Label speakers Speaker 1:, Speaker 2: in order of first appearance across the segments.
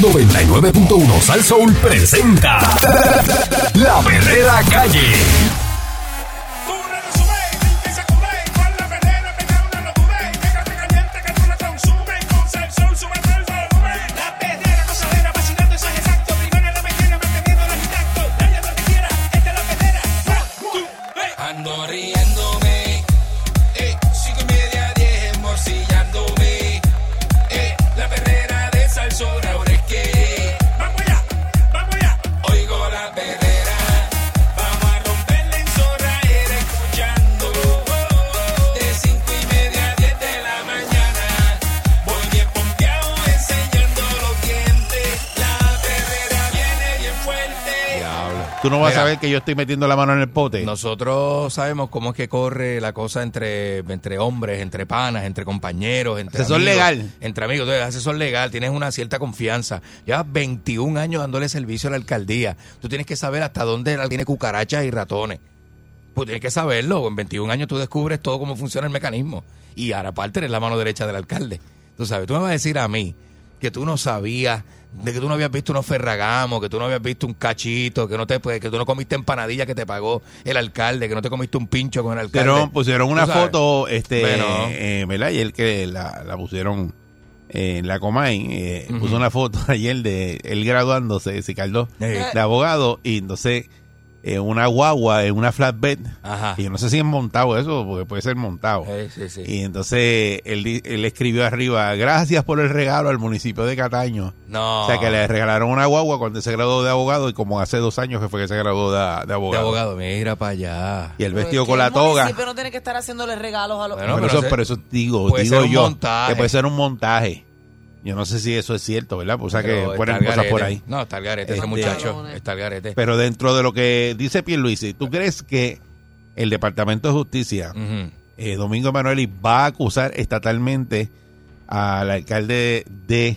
Speaker 1: 99.1 Sal Soul presenta La Verdadera Calle.
Speaker 2: eh,
Speaker 3: Tú no vas a saber que yo estoy metiendo la mano en el pote.
Speaker 4: Nosotros sabemos cómo es que corre la cosa entre, entre hombres, entre panas, entre compañeros, entre
Speaker 3: Asesor
Speaker 4: amigos,
Speaker 3: legal.
Speaker 4: Entre amigos, tú eres asesor legal, tienes una cierta confianza. Llevas 21 años dándole servicio a la alcaldía. Tú tienes que saber hasta dónde tiene cucarachas y ratones. Pues tienes que saberlo. En 21 años tú descubres todo cómo funciona el mecanismo. Y ahora aparte eres la mano derecha del alcalde. Tú sabes, tú me vas a decir a mí que tú no sabías, de que tú no habías visto unos ferragamos, que tú no habías visto un cachito, que no te pues, que tú no comiste empanadilla que te pagó el alcalde, que no te comiste un pincho con el alcalde.
Speaker 3: Pusieron, pusieron una
Speaker 4: Tú sabes.
Speaker 3: foto, este,
Speaker 4: Bueno.
Speaker 3: eh, ¿verdad? Ayer que la, la pusieron eh, en la Comay, eh, puso una foto ayer de él graduándose, se caldó,
Speaker 4: Eh.
Speaker 3: de abogado, y entonces eh, una guagua en una flatbed,
Speaker 4: Ajá.
Speaker 3: y yo no sé si es montado eso, porque puede ser montado.
Speaker 4: Ah. Eh, sí, sí.
Speaker 3: Y entonces él, di- él escribió arriba, gracias por el regalo al municipio de Cataño.
Speaker 4: No.
Speaker 3: O sea, que le regalaron una guagua cuando se graduó de abogado y como hace dos años que fue que se graduó de, de
Speaker 4: de
Speaker 3: abogado.
Speaker 4: abogado, mira para allá.
Speaker 3: Y el
Speaker 5: Pero
Speaker 3: vestido
Speaker 5: es que
Speaker 3: con la
Speaker 5: el
Speaker 3: toga. Eh,
Speaker 5: municipio no tiene que estar haciéndole regalos a los.
Speaker 4: Bueno,
Speaker 3: pero,
Speaker 4: pero
Speaker 3: eso,
Speaker 4: se-
Speaker 3: pero eso digo,
Speaker 4: puede
Speaker 3: digo
Speaker 4: ser un
Speaker 3: yo,
Speaker 4: montaje.
Speaker 3: que puede ser un montaje. Yo no sé si eso es cierto, ¿verdad? Pues, O sea,
Speaker 4: Pero
Speaker 3: que
Speaker 4: está
Speaker 3: ponen
Speaker 4: al
Speaker 3: cosas
Speaker 4: garete.
Speaker 3: por ahí.
Speaker 4: No, está el garete ese
Speaker 3: Este-
Speaker 4: muchacho, está el garete.
Speaker 3: Pero dentro de lo que dice Pierluisi, ¿tú crees que el Departamento de Justicia,
Speaker 4: Ujú.
Speaker 3: eh, Domingo Manuel, va a acusar estatalmente al alcalde de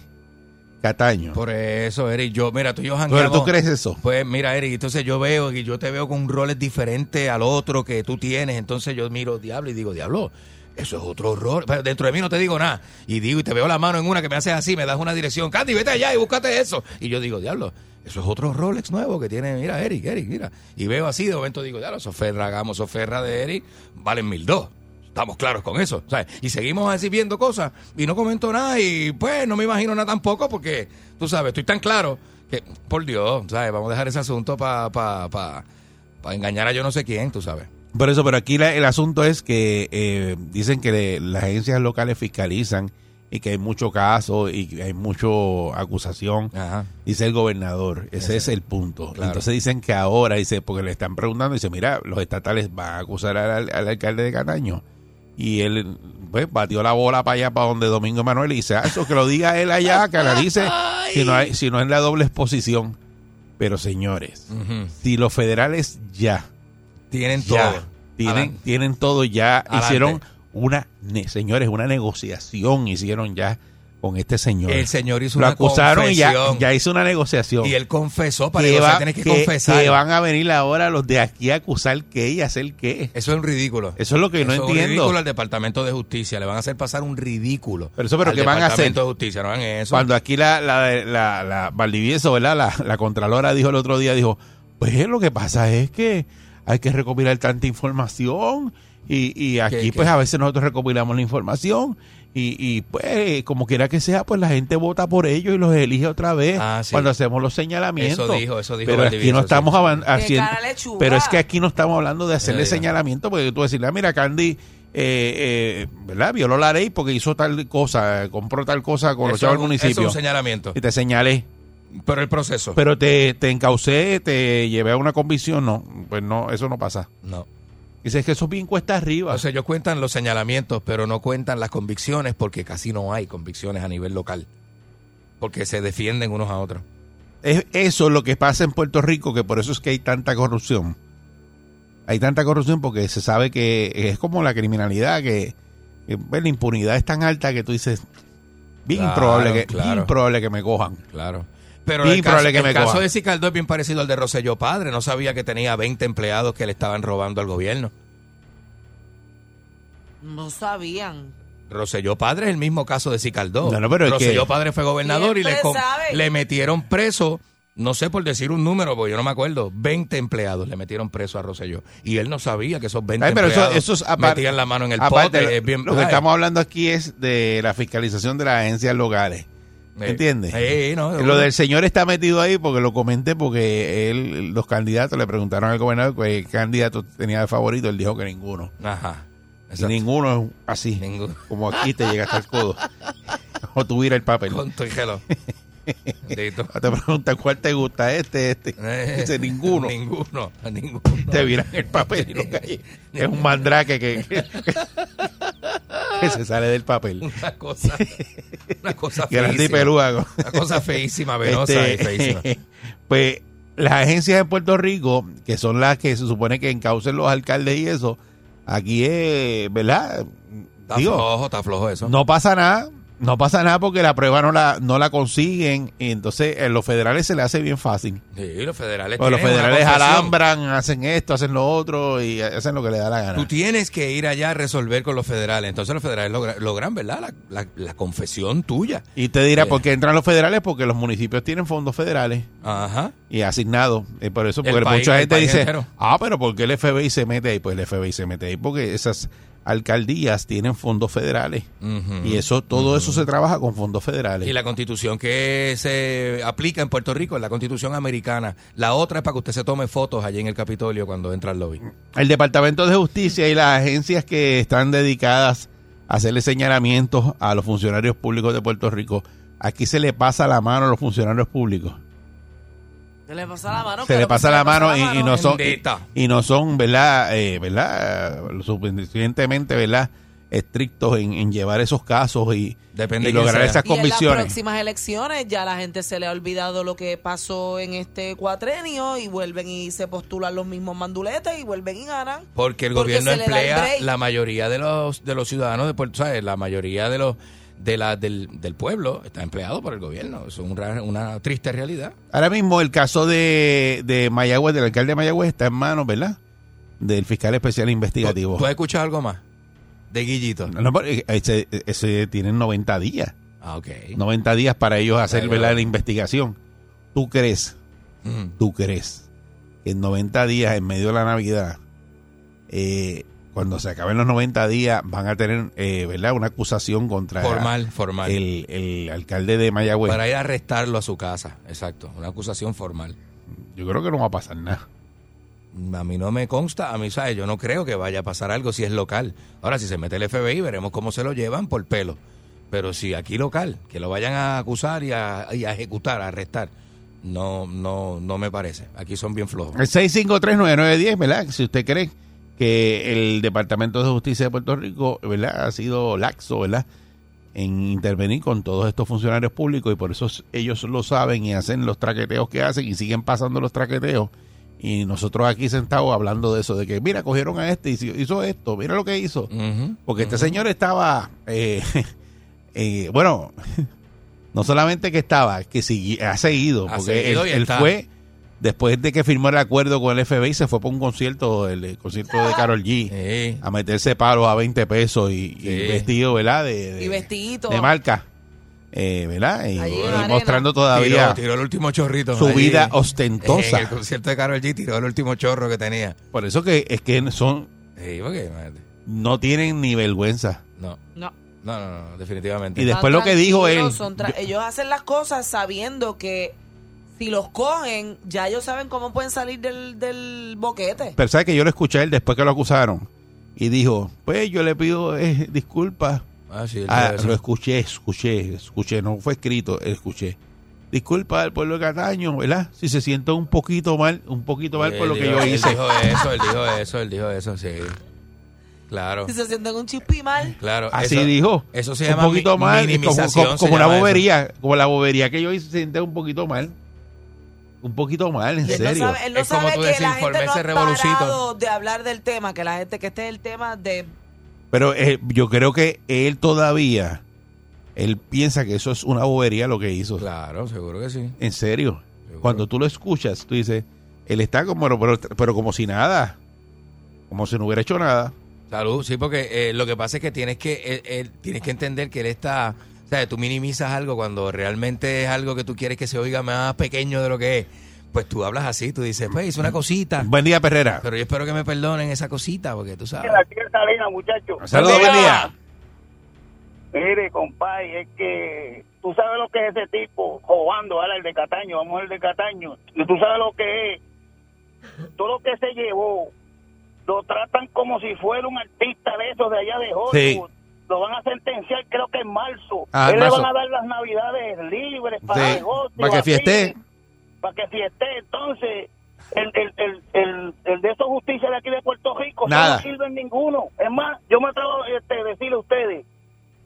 Speaker 3: Cataño?
Speaker 4: Por eso, Eric, yo, mira, tú y yo
Speaker 3: ¿Pero
Speaker 4: jangueamos-
Speaker 3: tú crees eso?
Speaker 4: Pues mira, Eric, entonces yo veo que yo te veo con roles diferentes al otro que tú tienes. Entonces yo miro diablo y digo, diablo, eso es otro rol. Pero dentro de mí no te digo nada. Y digo, y te veo la mano en una que me haces así, me das una dirección, Candy, vete allá y búscate eso. Y yo digo, diablo, eso es otro Rolex nuevo que tiene, mira, Eric, Eric, mira. Y veo así, de momento digo, diablo, Soferra, Gamo, Soferra de Eric, valen mil dos. Estamos claros con eso. ¿sabes? Y seguimos así viendo cosas y no comento nada y pues no me imagino nada tampoco porque, tú sabes, estoy tan claro que, por Dios, ¿sabes? Vamos a dejar ese asunto para pa, pa- pa engañar a yo no sé quién, tú sabes.
Speaker 3: Por eso, pero aquí la- el asunto es que eh, dicen que le- las agencias locales fiscalizan y que hay mucho caso y que hay mucho acusación.
Speaker 4: Ajá.
Speaker 3: Dice el gobernador, ese es el punto.
Speaker 4: Claro.
Speaker 3: Entonces dicen que ahora, dice, porque le están preguntando, dice, mira, los estatales van a acusar al, al alcalde de Cataño. Y él, pues, batió la bola para allá, para donde Domingo Manuel, y dice, ah, eso que lo diga él allá, que analice, si no, hay, si no es la doble exposición. Pero señores,
Speaker 4: Ujú.
Speaker 3: si los federales ya
Speaker 4: Tienen
Speaker 3: ya,
Speaker 4: todo.
Speaker 3: Tienen,
Speaker 4: Adelante.
Speaker 3: tienen todo ya.
Speaker 4: Adelante.
Speaker 3: Hicieron una, ne- señores, una negociación hicieron ya con este señor.
Speaker 4: El señor hizo
Speaker 3: Lo
Speaker 4: una
Speaker 3: acusaron y ya,
Speaker 4: confesión.
Speaker 3: ya hizo una negociación.
Speaker 4: Y él confesó para
Speaker 3: Que
Speaker 4: negociar,
Speaker 3: va-
Speaker 4: tienes que,
Speaker 3: que-
Speaker 4: confesar.
Speaker 3: que van a venir ahora los de aquí a acusar qué y hacer qué.
Speaker 4: Eso es un ridículo.
Speaker 3: Eso es lo que no
Speaker 4: Eso es un
Speaker 3: entiendo.
Speaker 4: ridículo al Departamento de Justicia. Le van a hacer pasar un ridículo.
Speaker 3: Pero eso, pero
Speaker 4: al
Speaker 3: ¿qué van a hacer?
Speaker 4: Departamento de Justicia, no hagan eso.
Speaker 3: Cuando aquí la, la, la, la Valdivieso, ¿verdad? La, la Contralora dijo el otro día, dijo, pues lo que pasa es que hay que recopilar tanta información y, y aquí
Speaker 4: ¿Qué,
Speaker 3: pues
Speaker 4: qué?
Speaker 3: a veces nosotros recopilamos la información y, y, pues como quiera que sea, pues la gente vota por ellos y los elige otra vez
Speaker 4: Ah, sí.
Speaker 3: cuando hacemos los señalamientos.
Speaker 4: Eso dijo, eso dijo
Speaker 3: Pero aquí
Speaker 4: Valdivieso,
Speaker 3: no
Speaker 4: sí.
Speaker 3: estamos avan- haciendo...
Speaker 5: cara lechuga.
Speaker 3: Pero es que aquí no estamos hablando de hacerle
Speaker 4: Mira, diga.
Speaker 3: señalamiento porque tú decirle, ah, mira, Candy... eh, eh, ¿verdad? Violó la ley porque hizo tal cosa, compró tal cosa con los
Speaker 4: Eso
Speaker 3: chavos
Speaker 4: es
Speaker 3: del
Speaker 4: un- eso
Speaker 3: municipio
Speaker 4: es un señalamiento.
Speaker 3: y te señalé.
Speaker 4: Pero el proceso.
Speaker 3: Pero te, te encaucé, te llevé a una convicción. No, pues no, eso no pasa.
Speaker 4: no.
Speaker 3: Dices que eso es bien cuesta arriba.
Speaker 4: O sea, ellos cuentan los señalamientos, pero no cuentan las convicciones porque casi no hay convicciones a nivel local. Porque se defienden unos a otros.
Speaker 3: Es- eso es lo que pasa en Puerto Rico, que por eso es que hay tanta corrupción. Hay tanta corrupción porque se sabe que es como la criminalidad, que, que, pues, la impunidad es tan alta que tú dices, bien,
Speaker 4: Claro,
Speaker 3: probable, que,
Speaker 4: claro.
Speaker 3: bien probable que me cojan.
Speaker 4: Claro. Pero
Speaker 3: Bien
Speaker 4: el caso,
Speaker 3: probable que
Speaker 4: el
Speaker 3: me
Speaker 4: caso
Speaker 3: cojan.
Speaker 4: de Cicaldo es bien parecido al de Rosselló Padre. No sabía que tenía 20 empleados que le estaban robando al gobierno.
Speaker 5: No sabían.
Speaker 4: Roselló Padre es el mismo caso de Cicaldó.
Speaker 3: No, no, pero es que-
Speaker 4: Rosselló Padre fue gobernador y le,
Speaker 5: Siempre
Speaker 4: co-
Speaker 5: sabe.
Speaker 4: le metieron preso, no sé por decir un número, porque yo no me acuerdo, 20 empleados le metieron preso a Roselló. Y él no sabía que esos 20
Speaker 3: Ay, pero eso,
Speaker 4: empleados
Speaker 3: eso es apar-
Speaker 4: metían la mano en el
Speaker 3: aparte,
Speaker 4: pote. es bien-
Speaker 3: lo que
Speaker 4: ay,
Speaker 3: estamos hablando aquí es de la fiscalización de las agencias locales.
Speaker 4: eh,
Speaker 3: ¿Entiendes?
Speaker 4: eh, no,
Speaker 3: Lo del señor está metido ahí porque lo comenté porque él, los candidatos le preguntaron al gobernador qué candidato tenía de favorito, él dijo que ninguno.
Speaker 4: Ajá.
Speaker 3: Y
Speaker 4: exacto.
Speaker 3: ninguno es así,
Speaker 4: Ninguno.
Speaker 3: como aquí te llega hasta el codo. o tuviera el papel.
Speaker 4: Con tu hijelo. Bendito.
Speaker 3: Te preguntan cuál te gusta, este, este.
Speaker 4: Eh,
Speaker 3: Dice ninguno.
Speaker 4: Ninguno. Ninguno.
Speaker 3: Te viran el papel y no cae. Es un mandrake que, que- que se sale del papel.
Speaker 4: Una cosa. Una cosa
Speaker 3: Grande y
Speaker 4: feísima.
Speaker 3: pelúa.
Speaker 4: Una cosa feísima, venosa
Speaker 3: Este,
Speaker 4: y feísima.
Speaker 3: pues las agencias de Puerto Rico, que son las que se supone que encaucen los alcaldes y eso, aquí es, ¿verdad?
Speaker 4: Está
Speaker 3: Digo,
Speaker 4: flojo, está flojo eso.
Speaker 3: no pasa nada, no pasa nada porque la prueba no la, no la consiguen y entonces en los federales se le hace bien fácil.
Speaker 4: Sí, los federales.
Speaker 3: Pues los
Speaker 4: tienen una
Speaker 3: federales
Speaker 4: concesión.
Speaker 3: alambran, hacen esto, hacen lo otro y hacen lo que le da la
Speaker 4: Tú
Speaker 3: gana.
Speaker 4: tienes que ir allá a resolver con los federales. Entonces los federales logra- logran, ¿verdad? La, la- la confesión tuya.
Speaker 3: Y te dirá, ¿por qué entran los federales? Porque los municipios tienen fondos federales.
Speaker 4: Ajá.
Speaker 3: y asignado. Eh, por eso,
Speaker 4: El
Speaker 3: porque
Speaker 4: país-
Speaker 3: mucha
Speaker 4: el
Speaker 3: gente
Speaker 4: país
Speaker 3: dice,
Speaker 4: entero.
Speaker 3: ah, pero ¿por qué el FBI se mete ahí? Pues el FBI se mete ahí porque esas alcaldías tienen fondos federales.
Speaker 4: Ujú.
Speaker 3: Y eso, todo eso se trabaja con fondos federales.
Speaker 4: Mm. Y la constitución que se aplica en Puerto Rico es la constitución americana. La otra es para que usted se tome fotos allí en el Capitolio cuando entra al lobby.
Speaker 3: El Departamento de Justicia y las agencias que están dedicadas a hacerle señalamientos a los funcionarios públicos de Puerto Rico, aquí se le pasa la mano a los funcionarios públicos.
Speaker 5: Se le pasa la mano.
Speaker 3: se le
Speaker 5: claro que
Speaker 3: pasa la mano y, y no son
Speaker 4: Bendita.
Speaker 3: y, y no son verdad eh, verdad lo suficientemente verdad estrictos en, en llevar esos casos y,
Speaker 4: Depende
Speaker 3: y
Speaker 4: de quién
Speaker 3: lograr
Speaker 4: sea.
Speaker 3: esas
Speaker 5: Y en las
Speaker 3: convicciones
Speaker 5: próximas elecciones ya la gente se le ha olvidado lo que pasó en este cuatrenio y vuelven y se postulan los mismos manduletes y vuelven y ganan.
Speaker 4: Porque el
Speaker 5: Porque
Speaker 4: gobierno
Speaker 5: se le da el
Speaker 4: emplea
Speaker 5: break.
Speaker 4: la mayoría de los de los ciudadanos de Puerto Rico, la mayoría de los de la, del, del pueblo está empleado por el gobierno. Eso es un ra- una triste realidad.
Speaker 3: ahora mismo el caso de, de Mayagüez del alcalde de Mayagüez está en manos verdad del fiscal especial investigativo
Speaker 4: ¿Tú, tú has escuchado algo más? De Guillito.
Speaker 3: No, no, porque ese- ese tienen 90 días
Speaker 4: Ah, ok.
Speaker 3: 90 días para ellos hacer
Speaker 4: Ya, ya.
Speaker 3: ¿verdad? la investigación tú crees
Speaker 4: Mm.
Speaker 3: ¿Tú crees que en 90 días, en medio de la Navidad, eh, cuando se acaben los 90 días, van a tener eh, ¿verdad? una acusación contra
Speaker 4: Formal, formal.
Speaker 3: el, pues. el alcalde de Mayagüez?
Speaker 4: Para ir a arrestarlo a su casa. Exacto. Una acusación formal. Mm,
Speaker 3: Yo creo que no va a pasar nada.
Speaker 4: A mí no me consta, a mí, ¿sabes? Yo no creo que vaya a pasar algo si es local. Ahora, si se mete el FBI, veremos cómo se lo llevan por pelo. Pero si aquí local, que lo vayan a acusar y a, y a ejecutar, a arrestar, no, no, no me parece. Aquí son bien flojos.
Speaker 3: El 6539910, ¿verdad? Si usted cree que el Departamento de Justicia de Puerto Rico, ¿verdad? Ha sido laxo, ¿verdad? En intervenir con todos estos funcionarios públicos y por eso s- ellos lo saben y hacen los traqueteos que hacen y siguen pasando los traqueteos. Y nosotros aquí sentados hablando de eso, de que mira, cogieron a este y hizo- hizo esto, mira lo que hizo.
Speaker 4: Ujú.
Speaker 3: Porque este señor estaba, eh, eh, bueno, no solamente que estaba, que sigui- ha seguido,
Speaker 4: Ha
Speaker 3: porque
Speaker 4: seguido
Speaker 3: él,
Speaker 4: y
Speaker 3: él
Speaker 4: está.
Speaker 3: fue, después de que firmó el acuerdo con el FBI, se fue para un concierto, el, eh, concierto de Carol G,
Speaker 4: Sí.
Speaker 3: a meterse palos a 20 pesos y, y
Speaker 4: Eh. Sí.
Speaker 3: vestido, ¿verdad? De, de-
Speaker 5: Y vestidito.
Speaker 3: Eh, de marca, eh, ¿verdad? Y,
Speaker 5: Allí en
Speaker 3: y
Speaker 5: la arena.
Speaker 3: mostrando
Speaker 4: Tiró,
Speaker 3: todavía
Speaker 4: tiró el último chorrito.
Speaker 3: su
Speaker 4: ahí.
Speaker 3: vida
Speaker 4: En
Speaker 3: ostentosa.
Speaker 4: el concierto de Carol G tiró el último chorro que tenía.
Speaker 3: Por eso que es que son,
Speaker 4: Sí, porque, imagínate.
Speaker 3: no tienen ni vergüenza.
Speaker 4: no,
Speaker 5: No.
Speaker 4: no, no, no, definitivamente.
Speaker 3: Y de-
Speaker 5: Están
Speaker 3: Después lo que dijo él-
Speaker 5: tranquilos, son tra- ellos hacen las cosas sabiendo que si los cogen, ya ellos saben cómo pueden salir del, del boquete.
Speaker 3: Pero sabe que yo lo escuché a él después que lo acusaron y dijo, pues yo le pido eh, disculpas.
Speaker 4: Ah, sí, él
Speaker 3: Ah,
Speaker 4: debe ser.
Speaker 3: lo escuché, escuché, escuché, no fue escrito, escuché. Disculpa al pueblo de Cataño, ¿verdad? Si se siente un poquito mal, un poquito mal por lo que
Speaker 4: Él
Speaker 3: yo
Speaker 4: dijo- Él
Speaker 3: hice.
Speaker 4: dijo eso, él dijo eso, él dijo eso, sí. Claro,
Speaker 5: Si se sienten un chispi mal,
Speaker 4: claro.
Speaker 3: Así
Speaker 4: eso-
Speaker 3: dijo.
Speaker 4: Eso se
Speaker 3: un
Speaker 4: llama
Speaker 3: poquito
Speaker 4: mi-
Speaker 3: mal, y como,
Speaker 4: minimización,
Speaker 3: como-
Speaker 4: se
Speaker 3: como una
Speaker 4: llama eso.
Speaker 3: bobería, como la bobería que yo hice, se siente un poquito mal. Un poquito mal, en
Speaker 5: Y él no
Speaker 3: serio.
Speaker 5: sabe, él no
Speaker 4: Es como
Speaker 5: sabe
Speaker 4: tú
Speaker 5: que
Speaker 4: decís,
Speaker 5: la
Speaker 4: formé
Speaker 5: gente no
Speaker 4: ese
Speaker 5: ha
Speaker 4: revolucito.
Speaker 5: parado de hablar del tema, que la gente que este es el tema de
Speaker 3: Pero eh, yo creo que él todavía, él piensa que eso es una bobería lo que hizo.
Speaker 4: Claro, seguro que sí.
Speaker 3: En serio.
Speaker 4: Seguro.
Speaker 3: Cuando tú lo escuchas, tú dices, él está como, pero, pero como si nada. Como si no hubiera hecho nada.
Speaker 4: O sea, Salud, sí, porque eh, lo que pasa es que tienes que eh, eh, tienes que entender que él está, o sea, tú minimizas algo cuando realmente es algo que tú quieres que se oiga más pequeño de lo que es. Pues tú hablas así, tú dices, pues hice una cosita,
Speaker 3: Ah. Buen día, Perrera.
Speaker 4: pero yo espero que me perdonen esa cosita, porque tú sabes.
Speaker 6: la tía Salina, muchacho.
Speaker 3: Saludos, buen día.
Speaker 6: Mire, compadre, es que tú sabes lo que es ese tipo, jugando, ahora el de Cataño, vamos al de Cataño. Y Tú sabes lo que es. Todo lo que se llevó, lo tratan como si fuera un artista de esos de allá de Hollywood. Lo van a sentenciar, creo que en marzo.
Speaker 3: Ah, en
Speaker 6: Él le van
Speaker 3: marzo.
Speaker 6: a dar las navidades libres para
Speaker 3: Sí,
Speaker 6: negocio,
Speaker 3: para que
Speaker 6: así,
Speaker 3: fieste.
Speaker 6: Para que fieste. Entonces, el, el, el, el, el de esos justicias de aquí de Puerto Rico
Speaker 3: Nada.
Speaker 6: no sirven ninguno. Es más, yo me atrevo a este, decirle a ustedes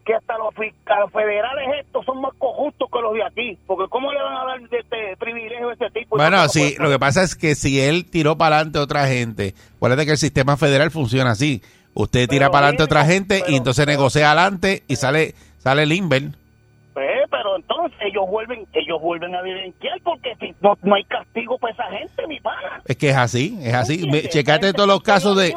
Speaker 6: que hasta los, fi- a los federales estos son más cojustos que los de aquí, porque ¿cómo le van a dar de este privilegio a ese tipo? pues,
Speaker 3: Bueno,
Speaker 6: Yo
Speaker 3: sí,
Speaker 6: creo
Speaker 3: lo que pasa es que si él tiró para adelante a otra gente, acuérdate que el sistema federal funciona así. Usted tira
Speaker 6: Pero,
Speaker 3: para adelante a otra
Speaker 6: Irving,
Speaker 3: gente y
Speaker 6: pero-
Speaker 3: entonces negocia adelante y sale sale el Inver.
Speaker 6: Eh, pero entonces ellos vuelven ellos vuelven a evidenciar porque si no, no hay castigo para esa gente, mi pana.
Speaker 3: Es que es así, es así.
Speaker 6: ¿Entiendes?
Speaker 3: Ve- Checate todos los casos de,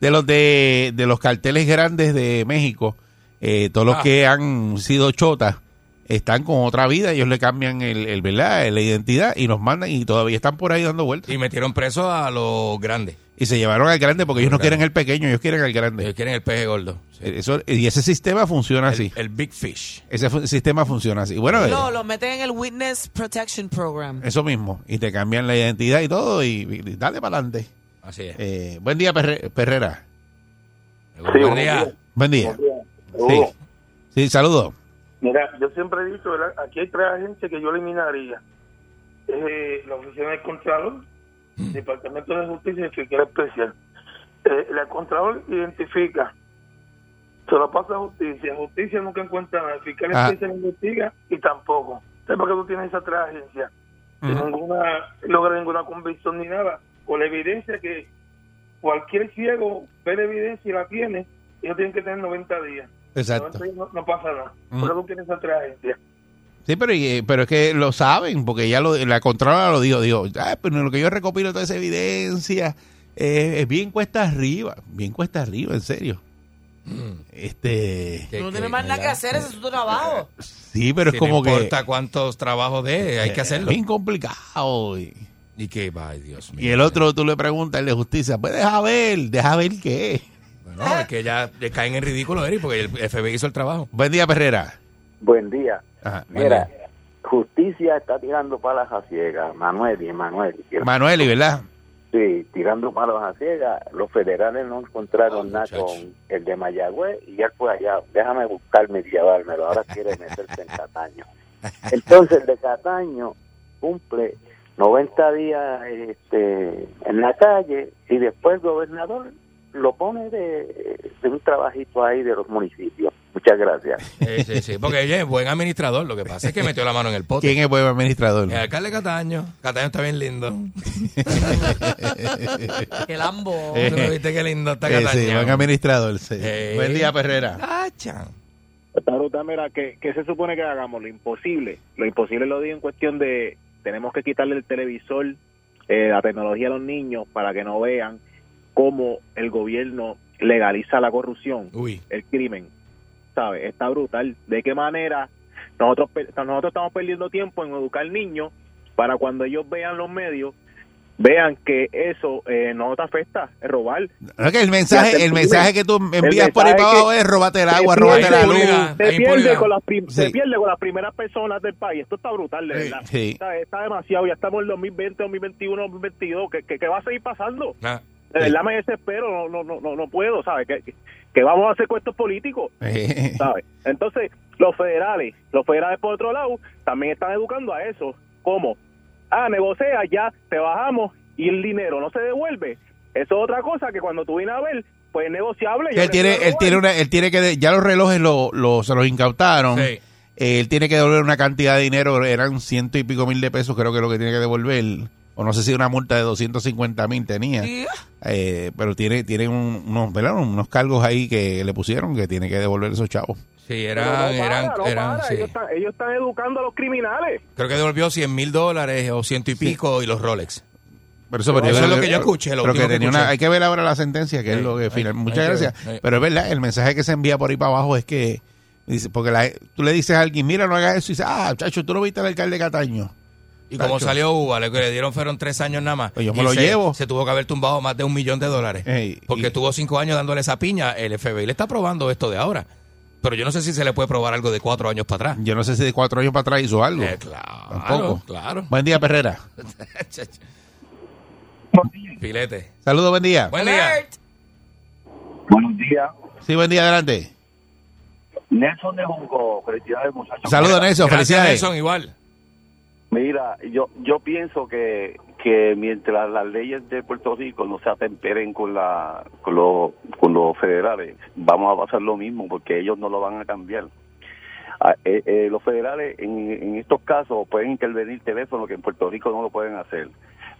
Speaker 3: de los de, de los carteles grandes de México, eh, todos los
Speaker 4: Ah.
Speaker 3: que han sido chotas están con otra vida, ellos le cambian el, el verdad, la identidad y nos mandan y todavía están por ahí dando vueltas.
Speaker 4: Y metieron preso a los grandes.
Speaker 3: Y se llevaron al grande porque ellos no
Speaker 4: Grande.
Speaker 3: quieren el pequeño, ellos quieren al
Speaker 4: Ellos
Speaker 3: grande. Eh,
Speaker 4: quieren el peje gordo. Eh, sí.
Speaker 3: Eso, y ese sistema funciona así.
Speaker 4: El, el Big Fish.
Speaker 3: Ese fu- sistema funciona así. Bueno, eh,
Speaker 5: No, lo meten en el Witness Protection Program.
Speaker 3: eso mismo. Y te cambian la identidad y todo. Y, y dale para adelante.
Speaker 4: Así es.
Speaker 3: Eh, buen día, Perre- Perrera.
Speaker 4: Buen día.
Speaker 3: Buen día. Sí.
Speaker 7: Hugo,
Speaker 3: Sí, saludos.
Speaker 7: Mira, yo siempre he dicho, ¿verdad? aquí hay tres agencias que yo eliminaría. Eh, la Oficina del Contralor,
Speaker 3: Mm.
Speaker 7: el Departamento de Justicia y Fiscalía Especial. Eh, la Contralor identifica, se lo pasa a Justicia, Justicia nunca encuentra nada, Fiscalía
Speaker 3: Ah.
Speaker 7: Especial investiga y tampoco. ¿Sabes por qué tú tienes esas tres agencias? Que
Speaker 3: Ujú.
Speaker 7: ninguna logra ninguna convicción ni nada, con la evidencia que cualquier ciego ve la evidencia y la tiene, ellos tienen que tener 90 días.
Speaker 3: Exacto.
Speaker 7: No, no pasa nada.
Speaker 3: Mm.
Speaker 7: Porque tú tienes otra agencia.
Speaker 3: Sí, pero, y, eh, pero es que lo saben, porque ya lo- la Contralora lo dijo. Dijo, "Ah, pero en lo que yo recopilo toda esa evidencia eh, es bien cuesta arriba. Bien cuesta arriba, en serio.
Speaker 4: Mm.
Speaker 3: Este.
Speaker 5: Tú no tienes más nada que hacer, ese es tu trabajo.
Speaker 3: Sí, pero es
Speaker 4: como no
Speaker 3: como que. Eh,
Speaker 4: importa cuántos trabajos de, hay que hacerlo.
Speaker 3: Bien complicado. y-
Speaker 4: Y que, ay, Dios mío.
Speaker 3: Y el otro, tú le preguntas, el de justicia, pues deja ver, deja ver qué es.
Speaker 4: Bueno, es que ya le caen en ridículo, Eri, porque el FBI hizo el trabajo.
Speaker 3: Buen día, Perrera.
Speaker 8: Buen día.
Speaker 3: Ajá.
Speaker 8: Mira, justicia está tirando palas a ciegas, Manuel y Manuel.
Speaker 3: Manueli, ¿verdad?
Speaker 8: Sí, tirando palas a ciegas. Los federales no encontraron
Speaker 4: Ah,
Speaker 8: nada
Speaker 4: muchacho.
Speaker 8: con el de Mayagüez y ya fue allá. Déjame buscarme y llevármelo. Ahora quiere meterse en Cataño. Entonces, el de Cataño cumple 90 días este, en la calle y después el gobernador lo pone de, de un trabajito ahí de los municipios. Muchas gracias.
Speaker 4: Sí, sí, sí, porque ella es buen administrador, lo que pasa es que metió la mano en el pote.
Speaker 3: ¿Quién es buen administrador?
Speaker 4: El alcalde Cataño. Cataño está bien lindo.
Speaker 5: Que lambo.
Speaker 3: Eh,
Speaker 4: ¿Tú no viste qué lindo está
Speaker 3: Eh,
Speaker 4: Cataño?
Speaker 3: sí, buen administrador. sí.
Speaker 4: Eh.
Speaker 3: Buen día, Perrera.
Speaker 4: Cacha.
Speaker 9: Taruta, mira, ¿qué, ¿qué se supone que hagamos? Lo imposible. Lo imposible lo digo en cuestión de tenemos que quitarle el televisor, eh, la tecnología a los niños para que no vean cómo el gobierno legaliza la corrupción,
Speaker 4: Uy.
Speaker 9: el crimen. ¿Sabes? Está brutal. ¿De qué manera nosotros, pe- nosotros estamos perdiendo tiempo en educar niños para cuando ellos vean los medios, vean que eso eh, no te afecta, es robar.
Speaker 3: No, que el mensaje, el mensaje que tú envías
Speaker 9: El
Speaker 3: por ahí para
Speaker 9: mensaje
Speaker 3: abajo
Speaker 9: que-
Speaker 3: es róbate el agua,
Speaker 9: Te
Speaker 3: róbate
Speaker 9: pierde
Speaker 3: la
Speaker 9: con-
Speaker 3: luz.
Speaker 4: impunidad,
Speaker 9: te
Speaker 4: hay
Speaker 9: pierde
Speaker 4: impunidad.
Speaker 9: con las prim-
Speaker 3: Sí.
Speaker 9: Se pierde con las primeras personas del país. Esto está brutal, de
Speaker 3: Sí,
Speaker 9: verdad.
Speaker 3: sí.
Speaker 9: Está, está demasiado. Ya estamos en 2020, 2021, 2022. ¿Qué, qué, qué va a seguir pasando?
Speaker 4: Ah,
Speaker 9: De
Speaker 3: Sí.
Speaker 9: verdad me desespero. No, no, no, no, no puedo, ¿sabes? ¿Qué, qué- qué vamos a hacer con estos políticos?
Speaker 3: Eh,
Speaker 9: ¿sabes? Entonces, los federales, los federales por otro lado, también están educando a eso. ¿Cómo? Ah, negocia, ya, te bajamos y el dinero no se devuelve. Eso es otra cosa que cuando tú vienes a ver, pues es negociable.
Speaker 3: que
Speaker 9: ya
Speaker 3: él tiene,
Speaker 9: aprendí a
Speaker 3: él tiene
Speaker 9: robar.
Speaker 3: una, él tiene que, de- ya los relojes lo, lo- se los incautaron.
Speaker 4: Sí.
Speaker 3: Eh, él tiene que devolver una cantidad de dinero, eran ciento y pico mil de pesos, creo que es lo que tiene que devolver. O no sé si una multa de 250 mil tenía.
Speaker 5: Sí.
Speaker 3: Eh, pero tiene, tiene un- unos, ¿verdad? unos cargos ahí que le pusieron que tiene que devolver esos chavos.
Speaker 4: Sí,
Speaker 9: Pero no
Speaker 4: eran,
Speaker 9: para,
Speaker 4: eran,
Speaker 9: no
Speaker 4: eran,
Speaker 9: para.
Speaker 4: sí.
Speaker 9: Ellos, están, ellos están educando a los criminales.
Speaker 4: Creo que devolvió 100 mil dólares o ciento y pico y los Rolex.
Speaker 3: Pero eso, pero
Speaker 4: Eso
Speaker 3: creo
Speaker 4: es lo que yo escuché, lo
Speaker 3: pero
Speaker 4: último
Speaker 3: que
Speaker 4: que
Speaker 3: tenía
Speaker 4: escuché.
Speaker 3: una- hay que ver ahora la sentencia, que es
Speaker 4: Sí,
Speaker 3: lo que
Speaker 4: hay-
Speaker 3: final.
Speaker 4: hay
Speaker 3: Muchas
Speaker 4: que
Speaker 3: gracias.
Speaker 4: ver, sí.
Speaker 3: Pero es verdad, el mensaje que se envía por ahí para abajo es que. dice- Porque la- tú le dices a alguien, mira, no hagas eso. Y dice, ah, chacho, tú lo viste al alcalde Cataño.
Speaker 4: Y como
Speaker 3: Tacho.
Speaker 4: salió Uva, le, le dieron fueron tres años nada más.
Speaker 3: Pues yo me
Speaker 4: Y
Speaker 3: lo
Speaker 4: se-
Speaker 3: llevo.
Speaker 4: Se tuvo que haber tumbado más de un millón de dólares.
Speaker 3: Ey,
Speaker 4: porque
Speaker 3: y-
Speaker 4: tuvo cinco años dándole esa piña. El FBI le está probando esto de ahora. Pero yo no sé si se le puede probar algo de cuatro años para atrás.
Speaker 3: Yo no sé si de cuatro años para atrás hizo algo.
Speaker 4: Eh, claro,
Speaker 3: Tampoco.
Speaker 4: claro.
Speaker 3: Buen día, Perrera.
Speaker 4: Pilete.
Speaker 3: Saludos, buen día.
Speaker 4: Buen día.
Speaker 5: Alert.
Speaker 6: Buenos días.
Speaker 3: Sí, buen día, adelante.
Speaker 6: Nelson de Junco, felicidades muchachos.
Speaker 3: Saludos, Nelson.
Speaker 4: Gracias,
Speaker 3: Felicidades.
Speaker 4: Nelson, igual.
Speaker 8: Mira, yo yo pienso que, que mientras las leyes de Puerto Rico no se atemperen con la con los, con los federales, vamos a pasar lo mismo porque ellos no lo van a cambiar. Ah, eh, eh, los federales en, en estos casos pueden intervenir teléfonos que en Puerto Rico no lo pueden hacer.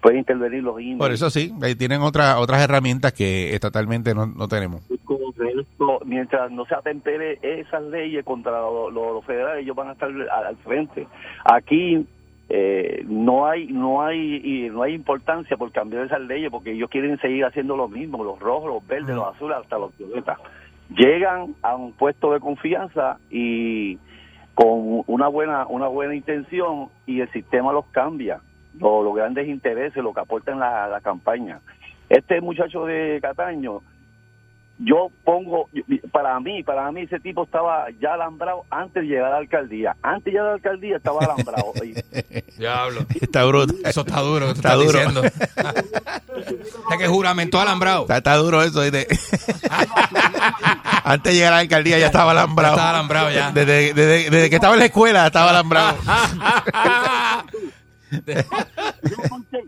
Speaker 8: Pueden intervenir los emails.
Speaker 3: Por eso sí, ahí tienen otras otras herramientas que estatalmente no, no tenemos.
Speaker 8: Correcto. Mientras no se atempere esas leyes contra lo- lo- los federales, ellos van a estar al, al frente. Aquí eh, no hay no hay y no hay importancia por cambiar esas leyes porque ellos quieren seguir haciendo lo mismo, los rojos, los verdes, los azules, hasta los violetas. Llegan a un puesto de confianza y con una buena una buena intención y el sistema los cambia, lo- los grandes intereses, lo que aportan la, la campaña. Este muchacho de Cataño yo pongo, para mí, para mí ese tipo estaba ya alambrado antes de llegar a la alcaldía. Antes de llegar a la alcaldía estaba alambrado. Y
Speaker 4: Diablo.
Speaker 3: Está bruto.
Speaker 4: Eso está duro, que tú
Speaker 3: Está
Speaker 4: estás
Speaker 3: duro.
Speaker 4: diciendo. Está que juramento alambrado.
Speaker 3: Está, está duro eso. ¿viste? Antes de llegar a la alcaldía ya estaba alambrado.
Speaker 4: Ya estaba alambrado, ya.
Speaker 3: Desde, desde- desde que estaba en la escuela estaba alambrado.
Speaker 8: yo conté,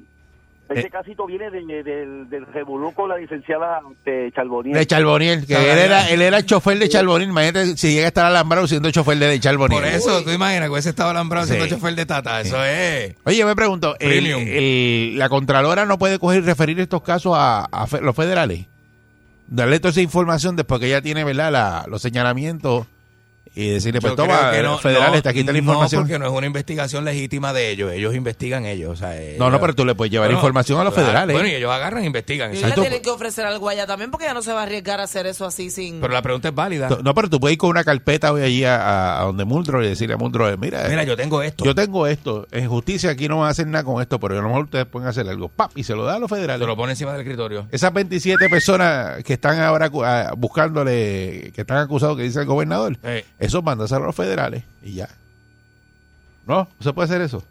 Speaker 8: ese casito viene de- de- del, del revolú con la licenciada este, Charbonnier.
Speaker 3: De Charboniel. Que él era, él era el chofer de Charboniel. Imagínate si llega a estar alambrado siendo chofer de Charboniel.
Speaker 4: Por eso, tú imaginas que hubiese estado alambrado siendo
Speaker 3: Sí.
Speaker 4: chofer de Tata. Eso es.
Speaker 3: Oye, yo me pregunto, ¿el-
Speaker 4: Premium.
Speaker 3: el- la Contralora no puede coger y referir estos casos a, a fe- los federales. Darle toda esa información después que ya tiene, ¿verdad?, la- los señalamientos y decirle, pues
Speaker 4: Yo
Speaker 3: toma,
Speaker 4: creo que
Speaker 3: los federales, te aquí está la información.
Speaker 4: No, porque no es una investigación legítima de ellos. Ellos investigan ellos. o sea, eh,
Speaker 3: No, no, pero tú le puedes llevar
Speaker 4: Bueno,
Speaker 3: información a los
Speaker 4: claro.
Speaker 3: federales. ¿eh?
Speaker 4: Bueno, y ellos agarran e investigan.
Speaker 5: Y
Speaker 4: exacto.
Speaker 5: le tienen que ofrecer algo allá también porque ella no se va a arriesgar a hacer eso así sin...
Speaker 4: Pero la pregunta es válida.
Speaker 3: No, pero tú puedes ir con una carpeta hoy allí a, a- a donde Muldrow y decirle a Muldrow, mira,
Speaker 4: Mira,
Speaker 3: eh,
Speaker 4: yo tengo esto.
Speaker 3: yo, tengo esto, en justicia aquí no van a hacer nada con esto, pero a lo mejor ustedes pueden hacer algo. ¡Pap! Y se lo da a los
Speaker 4: Te
Speaker 3: federales.
Speaker 4: lo pone encima del escritorio.
Speaker 3: Esas 27 personas que están ahora acu- a- buscándole, que están acusados, que dice el gobernador,
Speaker 4: Eh,
Speaker 3: esos mandas a los federales y ya. No, no se puede hacer eso.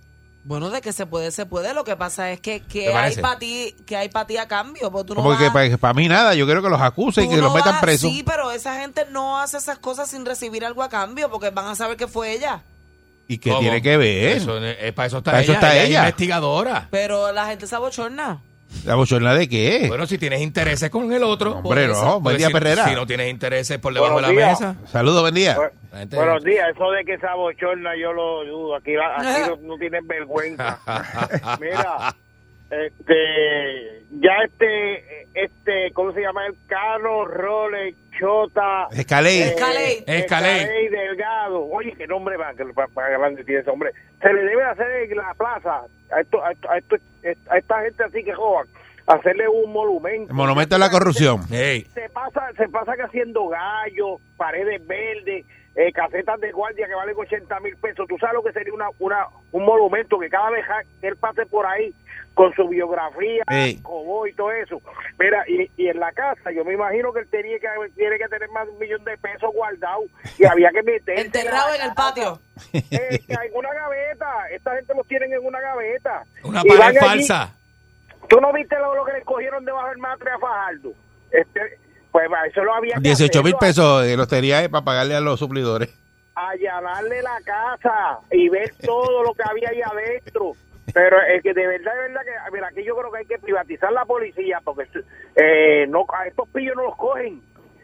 Speaker 5: Bueno, de que se puede, se puede. Lo que pasa es que, que
Speaker 4: ¿Te
Speaker 5: hay
Speaker 4: parece?
Speaker 5: para ti, que hay para ti a cambio. Porque tú no
Speaker 3: Como que
Speaker 5: vas-
Speaker 3: para, para mí nada, yo quiero que los acusen y
Speaker 5: tú
Speaker 3: que los
Speaker 5: no
Speaker 3: metan
Speaker 5: vas-
Speaker 3: presos.
Speaker 5: Sí, pero esa gente no hace esas cosas sin recibir algo a cambio porque van a saber que fue ella.
Speaker 3: ¿Y que
Speaker 4: ¿cómo?
Speaker 3: tiene que ver?
Speaker 4: Eso, eh, para eso está
Speaker 3: Para eso
Speaker 4: ella.
Speaker 3: está
Speaker 4: es
Speaker 3: ella.
Speaker 4: investigadora.
Speaker 5: Pero la gente se abochorna.
Speaker 3: ¿La bochorna de qué?
Speaker 4: Bueno, si tienes intereses con el otro.
Speaker 3: No,
Speaker 4: por
Speaker 3: hombre,
Speaker 4: eso.
Speaker 3: no. Buen
Speaker 4: Porque
Speaker 3: día,
Speaker 4: si,
Speaker 3: Perrera.
Speaker 4: Si no tienes intereses por debajo de la
Speaker 7: Buenos días.
Speaker 4: mesa.
Speaker 3: Saludos, buen día.
Speaker 4: la gente-
Speaker 7: Buenos días, eso de que esa bochorna yo lo dudo, aquí, la- aquí no, no tienen vergüenza. Mira, este, ya este, este, ¿cómo se llama? El Cano Roles Chota.
Speaker 3: Escalé.
Speaker 5: Eh, Escalé.
Speaker 4: Escalé.
Speaker 7: Escalé y Delgado. Oye, qué nombre más, más grande tiene ese hombre. Se le debe hacer en la plaza a, esto, a, esto- a esto- a esta gente así que jodan, hacerle un monumento.
Speaker 3: El monumento a la corrupción.
Speaker 4: Ey,
Speaker 7: se pasa se pasa que haciendo gallos, paredes verdes, eh, casetas de guardia que valen 80 mil pesos. Tú sabes lo que sería una, una un monumento que cada vez ja- que él pase por ahí con su biografía,
Speaker 3: Ey.
Speaker 7: cowboy y todo eso. Mira, y, y en la casa, yo me imagino que él tenía que, tiene que tener más de un millón de pesos guardado y había que meter.
Speaker 5: Enterrado en el patio.
Speaker 7: en una gaveta. Esta gente los tienen en una gaveta.
Speaker 4: una
Speaker 7: Y van
Speaker 4: pared
Speaker 7: allí-
Speaker 4: falsa.
Speaker 7: ¿Tú no viste lo, lo que le cogieron debajo del matre a Fajardo? Este, pues va, eso lo había que
Speaker 3: 18 mil
Speaker 7: hacerlo,
Speaker 3: pesos de lotería para pagarle a los suplidores.
Speaker 7: Allanarle la casa y ver todo lo que había ahí adentro. Pero es que de verdad, de verdad, que mira, aquí yo creo que hay que privatizar la policía porque eh, no, a estos pillos no los cogen.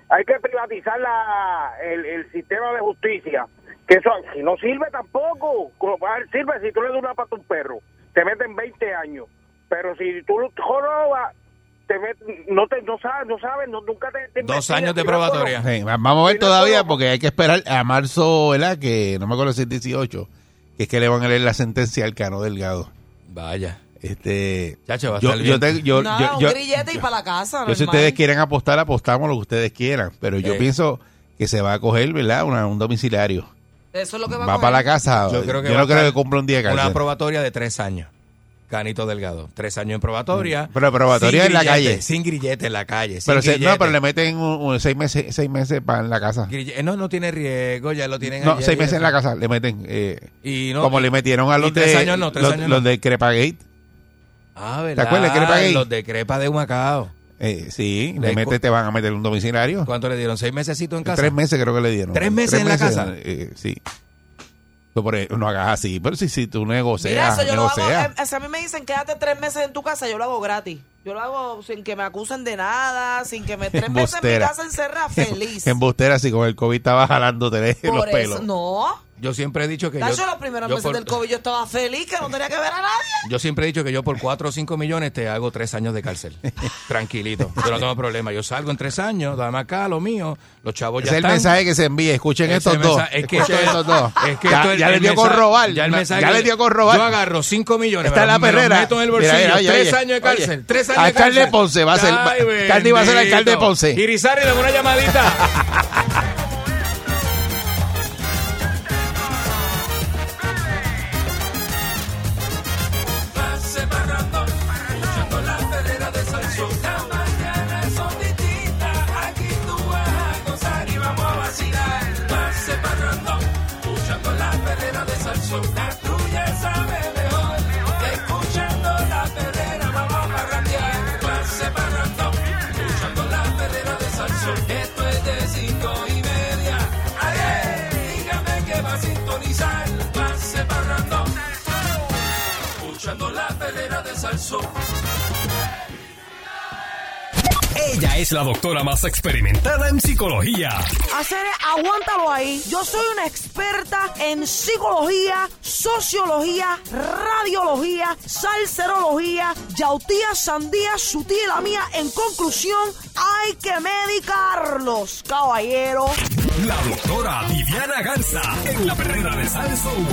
Speaker 7: Hay que privatizar la, el, el sistema de justicia. Que eso si no sirve tampoco. Como va, Sirve si tú le das una pata a un perro. Te meten 20 años. Pero si tú lo jorobas, te meten- no, te, no sabes, no sabes, no- nunca te, te
Speaker 4: Dos
Speaker 7: investigan.
Speaker 4: años de
Speaker 7: Si no, bueno,
Speaker 4: probatoria.
Speaker 3: Sí, va- vamos a ver
Speaker 7: Mira,
Speaker 3: todavía
Speaker 7: todo-
Speaker 3: porque hay que esperar a marzo, ¿verdad? Que no me acuerdo si es 18, que es que le van a leer la sentencia al Cano Delgado.
Speaker 4: Vaya.
Speaker 3: Este,
Speaker 4: Chacho, va a
Speaker 3: yo,
Speaker 4: estar
Speaker 3: yo,
Speaker 4: bien.
Speaker 3: te- yo-
Speaker 5: Nada,
Speaker 3: yo-
Speaker 5: un
Speaker 3: yo-
Speaker 5: grillete y para la casa.
Speaker 3: yo, si
Speaker 5: normal.
Speaker 3: ustedes quieren apostar, apostamos lo que ustedes quieran. Pero yo
Speaker 4: Eh.
Speaker 3: pienso que se va a coger, ¿verdad? Una- un domiciliario.
Speaker 5: Eso es lo que va,
Speaker 3: Va,
Speaker 5: a coger.
Speaker 3: para la casa.
Speaker 4: Yo
Speaker 3: Yo,
Speaker 4: creo que va
Speaker 3: no
Speaker 4: a
Speaker 3: creo
Speaker 4: estar
Speaker 3: que cumpla un día de
Speaker 4: Una
Speaker 3: cárcel.
Speaker 4: probatoria de tres años. Canito Delgado. Tres años en probatoria.
Speaker 3: Mm. Pero probatoria
Speaker 4: Sin
Speaker 3: en la
Speaker 4: grillete,
Speaker 3: calle.
Speaker 4: Sin grillete en la calle. sin
Speaker 3: Pero se- no,
Speaker 4: grillete.
Speaker 3: pero le meten un- un seis meses seis meses para en la casa.
Speaker 4: Grille- eh, No, no tiene riesgo, ya lo tienen
Speaker 3: No,
Speaker 4: allí,
Speaker 3: seis
Speaker 4: allí.
Speaker 3: meses en la casa le meten. eh,
Speaker 4: Y no,
Speaker 3: como le metieron a
Speaker 4: y
Speaker 3: los
Speaker 4: tres
Speaker 3: de
Speaker 4: años no, tres
Speaker 3: los,
Speaker 4: años
Speaker 3: los
Speaker 4: no.
Speaker 3: de Crepagate.
Speaker 4: Ah, ¿verdad?
Speaker 3: ¿Te acuerdas de Crepa Gay?
Speaker 4: Los de Crepa de Humacao.
Speaker 3: Eh, sí,
Speaker 4: Le
Speaker 3: le mete-
Speaker 4: cu-
Speaker 3: te van a meter un domiciliario.
Speaker 4: ¿Cuánto le dieron? ¿Seis mesecitos en casa?
Speaker 3: Tres meses creo que le dieron.
Speaker 4: ¿Tres meses en la casa?
Speaker 3: eh, sí. Tú, por ejemplo, no hagas así, pero si, si tú negocias,
Speaker 5: Mira, eso yo lo hago.
Speaker 3: negocias.
Speaker 5: eh, si a mí me dicen quédate tres meses en tu casa, yo lo hago gratis. Yo lo hago sin que me acusen de nada, sin que me tres meses en mi
Speaker 3: Embustera.
Speaker 5: casa encerrada, feliz.
Speaker 3: Embustera, si con el COVID estaba jalándote
Speaker 5: Por
Speaker 3: los
Speaker 5: eso,
Speaker 3: pelos.
Speaker 5: no.
Speaker 4: Yo siempre he dicho que
Speaker 5: Tacho,
Speaker 4: yo...
Speaker 5: los primeros
Speaker 4: yo
Speaker 5: meses
Speaker 4: por-
Speaker 5: del COVID yo estaba feliz, que no tenía que ver a nadie.
Speaker 4: Yo siempre he dicho que yo por 4 o 5 millones te hago 3 años de cárcel. Tranquilito. Yo no tengo problema. Yo salgo en 3 años, dame acá lo mío, los chavos
Speaker 3: Ese
Speaker 4: ya
Speaker 3: es el
Speaker 4: están.
Speaker 3: mensaje que se envía. Escuchen
Speaker 4: Ese
Speaker 3: estos dos.
Speaker 4: mensaje- es que
Speaker 3: Escuchen
Speaker 4: esto es-
Speaker 3: estos dos.
Speaker 4: es que
Speaker 3: ya
Speaker 4: esto es-
Speaker 3: ya le
Speaker 4: el
Speaker 3: dio con
Speaker 4: mensaje-
Speaker 3: robar.
Speaker 4: Ya, el mensaje
Speaker 3: ya
Speaker 4: que-
Speaker 3: le dio con robar.
Speaker 4: Yo agarro 5 millones.
Speaker 3: Está
Speaker 4: me
Speaker 3: en la
Speaker 4: los- me los
Speaker 3: perrera.
Speaker 4: meto en el
Speaker 3: Mira,
Speaker 4: bolsillo.
Speaker 3: mira, oye,
Speaker 4: 3
Speaker 3: oye.
Speaker 4: años de
Speaker 3: Oye,
Speaker 4: cárcel. 3 años de
Speaker 3: alcalde
Speaker 4: cárcel.
Speaker 3: Ponce va a ser-
Speaker 4: Ay,
Speaker 3: Candy va a ser
Speaker 4: bendito.
Speaker 3: alcalde de Ponce.
Speaker 4: Irizarry, dame una llamadita.
Speaker 1: Ella es la doctora más experimentada en psicología.
Speaker 5: Hacer, aguántalo ahí. Yo soy una experta en psicología, sociología, radiología, salserología, yautía, sandía, su tía y la mía. En conclusión, hay que medicarlos, caballero.
Speaker 1: La doctora Viviana Garza en la perrera de Sal Soul.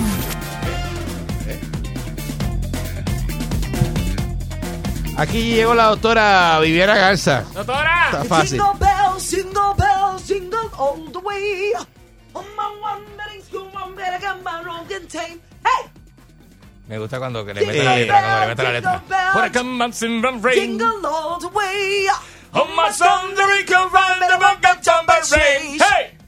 Speaker 3: Aquí llegó la doctora Viviana Garza.
Speaker 2: Doctora,
Speaker 3: Está fácil.
Speaker 5: Single bell, single bell, single all the way. On my wandering, school, I'm better than my broken tape. Hey!
Speaker 4: Me gusta cuando que le mete
Speaker 5: Jingle
Speaker 4: la letra,
Speaker 5: bell,
Speaker 4: cuando le mete la
Speaker 5: jingle
Speaker 4: letra.
Speaker 5: bell,
Speaker 2: what a come on, Simran Rain.
Speaker 5: Jingle all the way.
Speaker 2: On my son, the Rico Run, the Bunga Chamba Rain. Hey!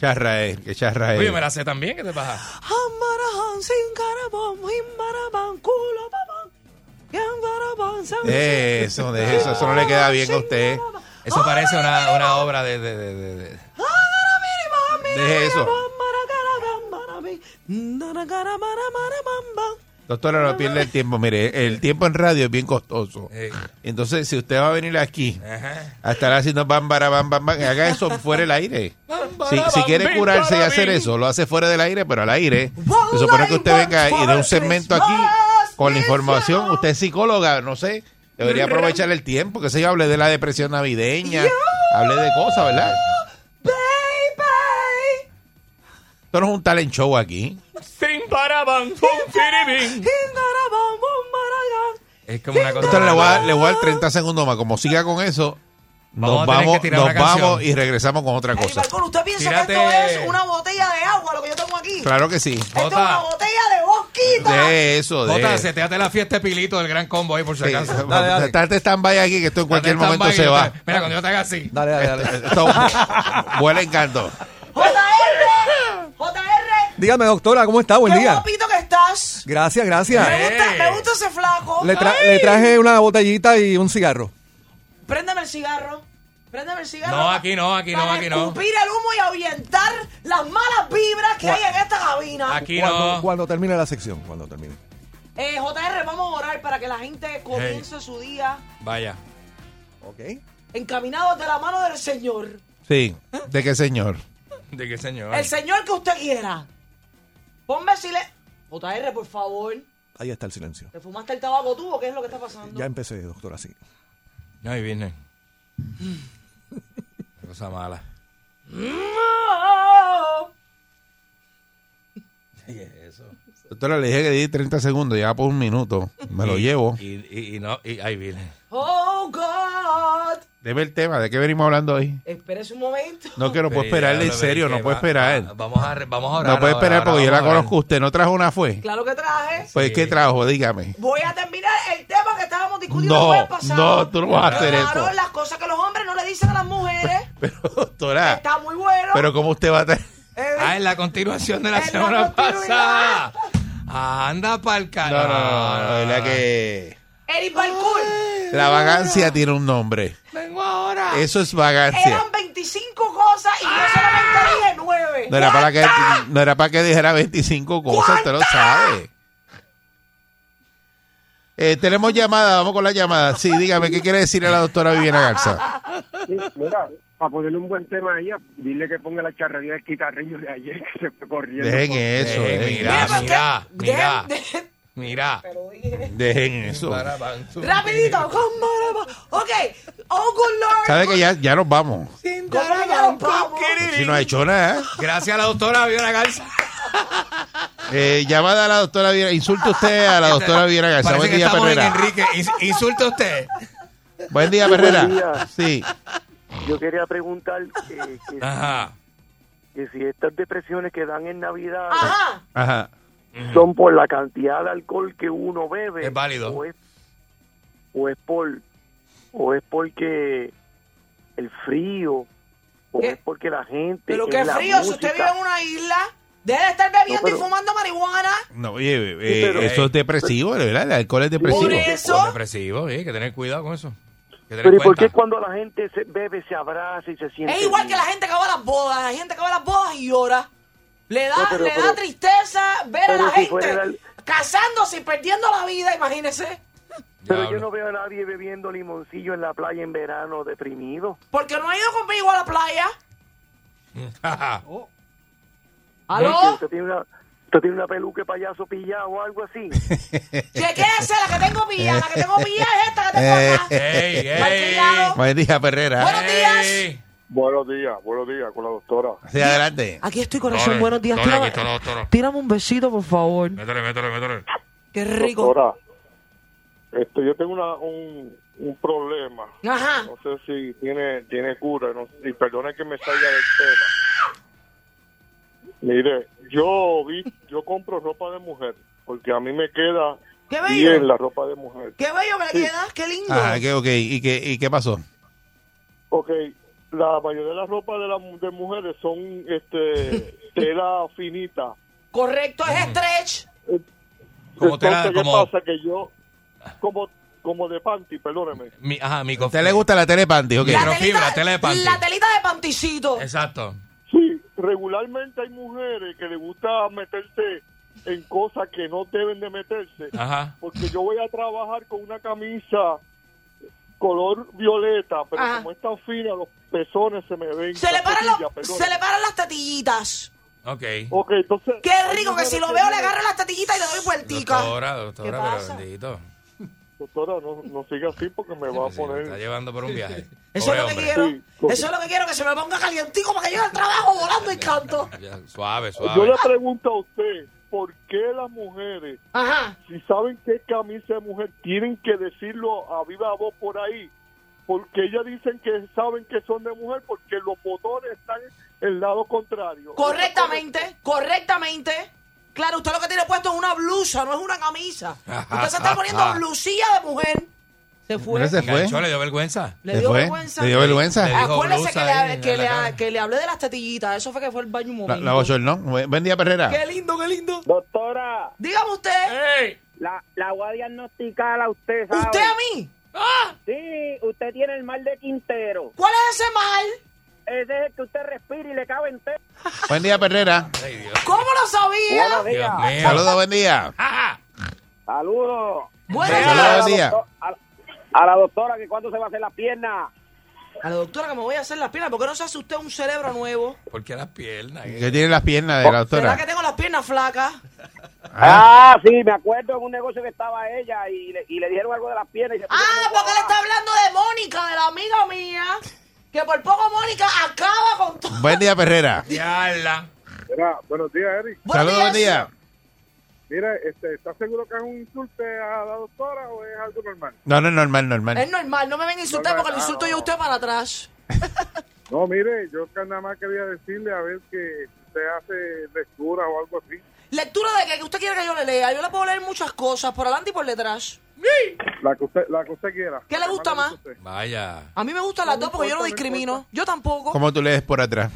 Speaker 3: Charra es, que charra es.
Speaker 4: Oye, me la sé también, ¿qué te pasa?
Speaker 5: Hamarahan, sin carabón, himaraban, culo, babán. Yambaraban, san-
Speaker 3: Deje Eh, Eso, deje eso, eso no le queda bien a usted.
Speaker 4: Eso parece una, una obra de... de, de, de- de-
Speaker 3: Deje eso. Doctora, no pierda el tiempo. Mire, el tiempo en radio es bien costoso.
Speaker 4: Eh,
Speaker 3: Entonces, si usted va a venir aquí
Speaker 4: ajá.
Speaker 3: a estar haciendo bam, bara, bam, bam, bam, haga eso fuera del aire. Si, si quiere
Speaker 2: bam,
Speaker 3: curarse y
Speaker 2: bara,
Speaker 3: hacer
Speaker 2: bim.
Speaker 3: eso, lo hace fuera del aire, pero al aire. Se supone que usted venga y dé un segmento aquí con la información. Usted es psicóloga, no sé. Debería aprovechar el tiempo, que sé yo, hable de la depresión navideña, hable de cosas, ¿verdad?
Speaker 5: Baby,
Speaker 3: Esto no es un talent show aquí.
Speaker 2: Sing para bang, boom, firibin.
Speaker 5: himaraban, bombaragan.
Speaker 4: Es como una cosa...
Speaker 3: Esto le voy, a, le voy a dar 30 segundos más. Como siga con eso,
Speaker 4: Vamos
Speaker 3: nos
Speaker 4: a tener
Speaker 3: vamos,
Speaker 4: que tirar
Speaker 3: nos
Speaker 4: una canción.
Speaker 3: vamos y regresamos con otra cosa.
Speaker 5: Animal, con usted piensa que
Speaker 4: Tírate.
Speaker 5: esto es una botella de agua, lo que yo tengo aquí.
Speaker 3: Claro que sí.
Speaker 5: Esto es una
Speaker 4: Jota.
Speaker 5: botella de bosquita.
Speaker 3: De eso, de
Speaker 4: Jota, seteate la fiesta de Pilito del Gran Combo ahí por si
Speaker 3: Sí,
Speaker 4: acaso.
Speaker 3: sí,
Speaker 4: Dale, dale.
Speaker 3: Estate stand-by aquí que esto en cualquier
Speaker 4: Date
Speaker 3: momento
Speaker 4: stand-by
Speaker 3: se
Speaker 4: y yo
Speaker 3: va.
Speaker 4: te- Mira, cuando yo te haga así.
Speaker 10: Dale, dale, dale.
Speaker 3: Esto vuela encanto.
Speaker 5: JR, JR,
Speaker 10: Dígame, doctora, ¿cómo está? Buen
Speaker 5: qué
Speaker 10: día.
Speaker 5: guapito que estás.
Speaker 10: Gracias, gracias.
Speaker 5: Me gusta,
Speaker 4: Eh.
Speaker 5: me gusta ese flaco.
Speaker 10: Le, tra- le traje una botellita y un cigarro.
Speaker 5: Préndeme el cigarro. Préndeme el cigarro.
Speaker 4: No, aquí no, aquí no,
Speaker 5: Para
Speaker 4: aquí no.
Speaker 5: escupir el humo y ahuyentar las malas vibras que hay en esta cabina.
Speaker 4: Aquí
Speaker 10: cuando,
Speaker 4: no.
Speaker 10: cuando termine la sección, cuando termine.
Speaker 5: Eh, JR, vamos a orar para que la gente comience su día
Speaker 4: Vaya.
Speaker 10: ¿Ok?
Speaker 5: encaminados de la mano del Señor.
Speaker 3: Sí. ¿De qué señor?
Speaker 4: ¿De qué señor?
Speaker 5: El Señor que usted quiera. Ponme silencio. JR, por favor.
Speaker 10: Ahí está el silencio.
Speaker 5: ¿Te fumaste el tabaco tú o qué es lo que está pasando?
Speaker 10: Ya empecé, doctora, sí.
Speaker 4: No, y viene. Qué
Speaker 5: Mm-hmm. Oh,
Speaker 4: cosa mala.
Speaker 5: No.
Speaker 3: Doctora, le dije que di 30 segundos, ya por un minuto. Me lo
Speaker 4: Y-
Speaker 3: llevo.
Speaker 4: Y, y- y no, y ahí viene.
Speaker 5: Oh, God.
Speaker 3: Debe el tema, ¿de qué venimos hablando hoy?
Speaker 5: Espérese un momento.
Speaker 3: No, que no puedo
Speaker 4: Sí,
Speaker 3: esperarle, en
Speaker 4: diablo, pero
Speaker 3: serio,
Speaker 4: es que
Speaker 3: no puedo
Speaker 4: va- va-
Speaker 3: esperar.
Speaker 4: Vamos a, re- vamos a orar.
Speaker 3: No puedo
Speaker 4: ahora,
Speaker 3: esperar
Speaker 4: ahora
Speaker 3: porque yo la
Speaker 4: vamos a orar.
Speaker 3: conozco. Usted no trajo una, fue.
Speaker 5: Claro que traje.
Speaker 3: Pues, ¿qué trajo? Dígame.
Speaker 5: Voy a terminar el tema que estábamos discutiendo
Speaker 3: No,
Speaker 5: el jueves pasado.
Speaker 3: no, tú no vas a hacer
Speaker 5: Claro,
Speaker 3: eso.
Speaker 5: las cosas que los hombres no le dicen a las mujeres.
Speaker 3: Pero, doctora,
Speaker 5: Está muy bueno.
Speaker 3: pero ¿cómo usted va a traer?
Speaker 5: Eh,
Speaker 4: Ah, es la continuación de la
Speaker 5: Es la
Speaker 4: semana pasada.
Speaker 5: continuidad.
Speaker 4: Anda pa'l
Speaker 3: No,
Speaker 4: carajo.
Speaker 3: Ah, no, no, no, es la que.
Speaker 5: Eric Balcour.
Speaker 3: La vagancia tiene un nombre.
Speaker 4: Vengo ahora. Eh,
Speaker 3: Eso es vagancia.
Speaker 5: Eran 25 cosas y yo solamente dije 9.
Speaker 3: No era para que, no era para que dijera 25 cosas, usted lo sabe. Eh, tenemos llamada, vamos con la llamada. Sí, dígame, ¿qué quiere decir a la doctora Viviana Garza?
Speaker 6: Sí, mira, para ponerle un buen tema a ella, dile que ponga la charrería del guitarrillo de ayer que se fue corriendo.
Speaker 3: Dejen eso,
Speaker 4: Eh,
Speaker 3: dejen
Speaker 4: mira,
Speaker 3: eso.
Speaker 4: mira, mira,
Speaker 5: Dejen-
Speaker 4: mira.
Speaker 3: Dejen eso.
Speaker 5: Rapidito, con maraba. Ok, oh good lord.
Speaker 3: ¿Sabe que ya, ya nos vamos?
Speaker 5: ¿Cómo que ya nos vamos?
Speaker 3: Si no ha hecho nada.
Speaker 4: Gracias a la doctora Viola Garza.
Speaker 3: Eh, llamada a la doctora Viviana. Insulte usted a la doctora Viviana Garza.
Speaker 4: Parece
Speaker 3: Buen
Speaker 4: que
Speaker 3: día,
Speaker 4: estamos en
Speaker 3: Perrera.
Speaker 4: Enrique. Ins- Insulte usted.
Speaker 3: Buen día,
Speaker 6: Buen
Speaker 3: Perrera.
Speaker 6: día.
Speaker 3: Sí.
Speaker 6: Yo quería preguntar eh, que,
Speaker 4: Ajá.
Speaker 6: que si estas depresiones que dan en Navidad
Speaker 5: Ajá.
Speaker 3: Ajá.
Speaker 6: son por la cantidad de alcohol que uno bebe.
Speaker 4: Es válido.
Speaker 6: O es, o es por, o es porque el frío, o
Speaker 5: ¿Qué?
Speaker 6: es porque la gente.
Speaker 5: Pero
Speaker 6: en
Speaker 5: qué
Speaker 6: la
Speaker 5: frío, si usted
Speaker 6: música-
Speaker 5: vive en una isla, deje de estar bebiendo
Speaker 6: No, pero-
Speaker 5: y fumando marihuana.
Speaker 3: No, oye, eh,
Speaker 6: pero-
Speaker 3: eso es depresivo, ¿verdad? El alcohol es depresivo.
Speaker 5: Por
Speaker 4: Con
Speaker 5: eso,
Speaker 4: depresivo, eh, que tener cuidado con eso. Que tener
Speaker 6: Pero ¿y por
Speaker 4: cuenta.
Speaker 6: qué cuando la gente se bebe, se abraza y se siente?
Speaker 5: es igual
Speaker 6: bien?
Speaker 5: que la gente que va a las bodas. La gente que va a las bodas y llora. Le da,
Speaker 6: No, pero-
Speaker 5: le da
Speaker 6: pero-
Speaker 5: tristeza ver a
Speaker 6: pero
Speaker 5: la
Speaker 6: si
Speaker 5: gente
Speaker 6: fuera el-
Speaker 5: casándose y perdiendo la vida, imagínese.
Speaker 6: Pero
Speaker 4: Diablo.
Speaker 6: yo no veo a nadie bebiendo limoncillo en la playa en verano deprimido.
Speaker 5: Porque no ha ido conmigo a la playa.
Speaker 6: Porque
Speaker 5: ¿Aló?
Speaker 6: Este, Usted tiene una, usted tiene una peluca de payaso pillado o algo así.
Speaker 5: Chequéese, la que tengo pilla. La que tengo pilla es esta que tengo acá.
Speaker 4: Ey, ey.
Speaker 5: Malcriado.
Speaker 3: Buen día, ¿eh? Perrera.
Speaker 5: Buenos días.
Speaker 4: Ey.
Speaker 11: Buenos días, buenos días con la doctora.
Speaker 3: Sí, adelante.
Speaker 5: Aquí estoy,
Speaker 4: Dale,
Speaker 5: corazón. Buenos días.
Speaker 4: dale,
Speaker 5: Tírame,
Speaker 4: aquí está la doctora.
Speaker 5: tírame un besito, por favor.
Speaker 4: Métele, métele, métele.
Speaker 5: Qué rico.
Speaker 11: Doctora, esto, yo tengo una, un, un problema.
Speaker 5: Ajá.
Speaker 11: No sé si tiene, tiene cura. No, y perdone que me salga del tema. Mire, yo vi, yo compro ropa de mujer porque a mí me queda
Speaker 5: Qué
Speaker 11: bien
Speaker 5: bello.
Speaker 11: la ropa de mujer.
Speaker 5: Qué bello que le queda. Qué lindo.
Speaker 3: Ajá, que, ok. ¿Y qué, ¿Y qué pasó?
Speaker 11: Ok, la mayoría de las ropas de, la, mu- de mujeres son este, tela finita.
Speaker 5: Correcto, es stretch.
Speaker 4: Como tela-
Speaker 11: Entonces, ¿qué
Speaker 4: como-
Speaker 11: pasa? Que yo, como, como de panty, perdóneme.
Speaker 4: Mi, ajá, mi
Speaker 3: ¿A usted le gusta la telepanti? Ok.
Speaker 4: La Microfibra, tela de panty.
Speaker 5: La telita de panticito.
Speaker 4: Exacto.
Speaker 11: Sí, regularmente hay mujeres que les gusta meterse en cosas que no deben de meterse.
Speaker 4: Ajá.
Speaker 11: Porque yo voy a trabajar con una camisa color violeta, pero
Speaker 5: Ajá.
Speaker 11: como es tan fina, los pezones se me ven.
Speaker 5: Se le, paran los-
Speaker 11: Tatillas, perdón.
Speaker 5: se le paran las tatillitas.
Speaker 4: Ok.
Speaker 8: Oh,
Speaker 11: Ok, entonces...
Speaker 5: Qué
Speaker 11: hay
Speaker 5: rico que
Speaker 11: mujeres
Speaker 5: si lo veo le
Speaker 11: vienen-
Speaker 5: agarro las tatillitas y le doy vueltica.
Speaker 4: Doctora, doctora,
Speaker 5: ¿Qué
Speaker 4: pero
Speaker 5: pasa?
Speaker 4: bendito.
Speaker 11: Doctora, no, no siga así porque me va a
Speaker 4: Sí, me está
Speaker 11: poner...
Speaker 4: llevando por un viaje. Pobre
Speaker 5: Eso es lo que
Speaker 4: hombre.
Speaker 5: quiero.
Speaker 11: Sí, porque-
Speaker 5: Eso es lo que quiero, que se me ponga calientico para que llegue al trabajo volando y canto.
Speaker 4: Ya, Suave,
Speaker 11: Yo
Speaker 4: suave.
Speaker 11: le pregunto a usted, ¿por qué las mujeres,
Speaker 5: Ajá.
Speaker 11: si saben qué camisa de mujer, tienen que decirlo a viva voz por ahí? Porque ellas dicen que saben que son de mujer porque los botones están en el lado contrario.
Speaker 5: Correctamente, correctamente. Claro, usted lo que tiene puesto es una blusa, no es una camisa. Usted se está poniendo blusilla de mujer. Se fue.
Speaker 3: Mira, se fue.
Speaker 4: Enganchó, le dio vergüenza.
Speaker 5: Le
Speaker 3: se
Speaker 5: dio
Speaker 3: fue.
Speaker 5: vergüenza.
Speaker 3: Le dio vergüenza.
Speaker 4: Le dijo
Speaker 5: Acuérdese que,
Speaker 4: blusa
Speaker 5: le,
Speaker 4: ahí,
Speaker 5: que
Speaker 4: en la
Speaker 5: le-
Speaker 4: cara.
Speaker 5: que le hablé de las tatillitas. Eso fue que fue el baño un
Speaker 3: La,
Speaker 5: momento.
Speaker 3: la bochornó. Buen buen día, Perrera.
Speaker 5: Qué lindo, qué lindo.
Speaker 6: Doctora,
Speaker 5: Dígame usted.
Speaker 4: ¡Ey!
Speaker 6: la, la voy a diagnosticar a usted,
Speaker 5: ¿Usted a mí?
Speaker 6: Sí, usted tiene el mal de Quintero.
Speaker 5: ¿Cuál es ese mal?
Speaker 6: Ese es el que usted respira y le cabe entero.
Speaker 3: Buen día, Perrera.
Speaker 4: ¡Ay, Dios,
Speaker 5: ¿Cómo lo sabía?
Speaker 6: Buenos
Speaker 4: Dios
Speaker 6: días.
Speaker 4: mío!
Speaker 3: Saludos, buen día.
Speaker 4: ¡Ajá!
Speaker 6: Saludos.
Speaker 5: Ah, Bueno,
Speaker 3: Saludos,
Speaker 5: a
Speaker 3: buen día.
Speaker 6: A, la- a la doctora, que cuándo se va a hacer la pierna.
Speaker 5: la doctora que me voy a hacer las piernas, ¿por qué no se hace usted un cerebro nuevo?
Speaker 4: ¿Por qué las piernas?
Speaker 3: ¿Qué tiene las piernas de la
Speaker 5: ¿Será que
Speaker 3: doctora?
Speaker 5: tengo las piernas flacas?
Speaker 3: Ah,
Speaker 6: Ah, sí, me acuerdo en un negocio que estaba ella y le, y le dijeron algo de las piernas. Y se puso
Speaker 5: Ah,
Speaker 6: como
Speaker 5: porque le está
Speaker 6: guava.
Speaker 5: hablando de Mónica, de la amiga mía. Que por poco Mónica acaba con todo.
Speaker 3: buen día, Perrera.
Speaker 4: ¡Diabla!
Speaker 12: Mira, buenos días, Eric.
Speaker 3: Saludos, buen día.
Speaker 12: Mira, este, ¿estás seguro que es un insulto a la doctora o es algo normal?
Speaker 3: No, no, normal, normal.
Speaker 5: Es normal, no me ven a insultar
Speaker 12: No, no,
Speaker 5: porque lo
Speaker 12: no,
Speaker 5: insulto yo a usted para atrás.
Speaker 12: No, mire, yo que nada más quería decirle a ver que usted hace lectura o algo así.
Speaker 5: Lectura de que- que usted quiere que yo le lea. Yo le puedo leer muchas cosas, por adelante y por detrás.
Speaker 12: La que usted, la que usted quiera.
Speaker 5: ¿Qué le gusta más?
Speaker 3: Vaya.
Speaker 5: A mí me gustan las dos porque yo no discrimino. Yo tampoco.
Speaker 3: ¿Cómo tú lees por atrás?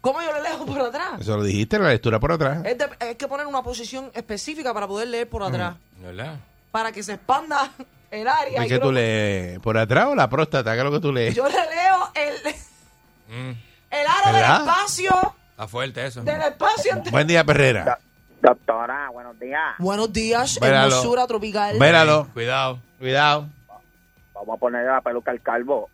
Speaker 5: ¿Cómo yo le leo por atrás?
Speaker 3: Eso lo dijiste, la lectura por atrás.
Speaker 5: Es, de- es que poner una posición específica para poder leer
Speaker 3: Mm.
Speaker 5: por atrás.
Speaker 3: ¿Verdad?
Speaker 5: Para que se expanda el área.
Speaker 3: ¿Es
Speaker 5: y
Speaker 3: que
Speaker 5: creo-
Speaker 3: tú lees por atrás o la próstata? ¿Qué es lo que tú lees?
Speaker 5: Yo le leo el, el
Speaker 3: Mm.
Speaker 5: aro del
Speaker 3: ¿Verdad?
Speaker 5: espacio.
Speaker 4: Está fuerte eso.
Speaker 5: Del espacio entero.
Speaker 3: Buen día, Perrera.
Speaker 5: Doctora, buenos días. Buenos días,
Speaker 3: Véralo.
Speaker 5: hermosura tropical.
Speaker 3: Véralo.
Speaker 4: Cuidado.
Speaker 3: Cuidado.
Speaker 6: Vamos a ponerle la peluca al calvo.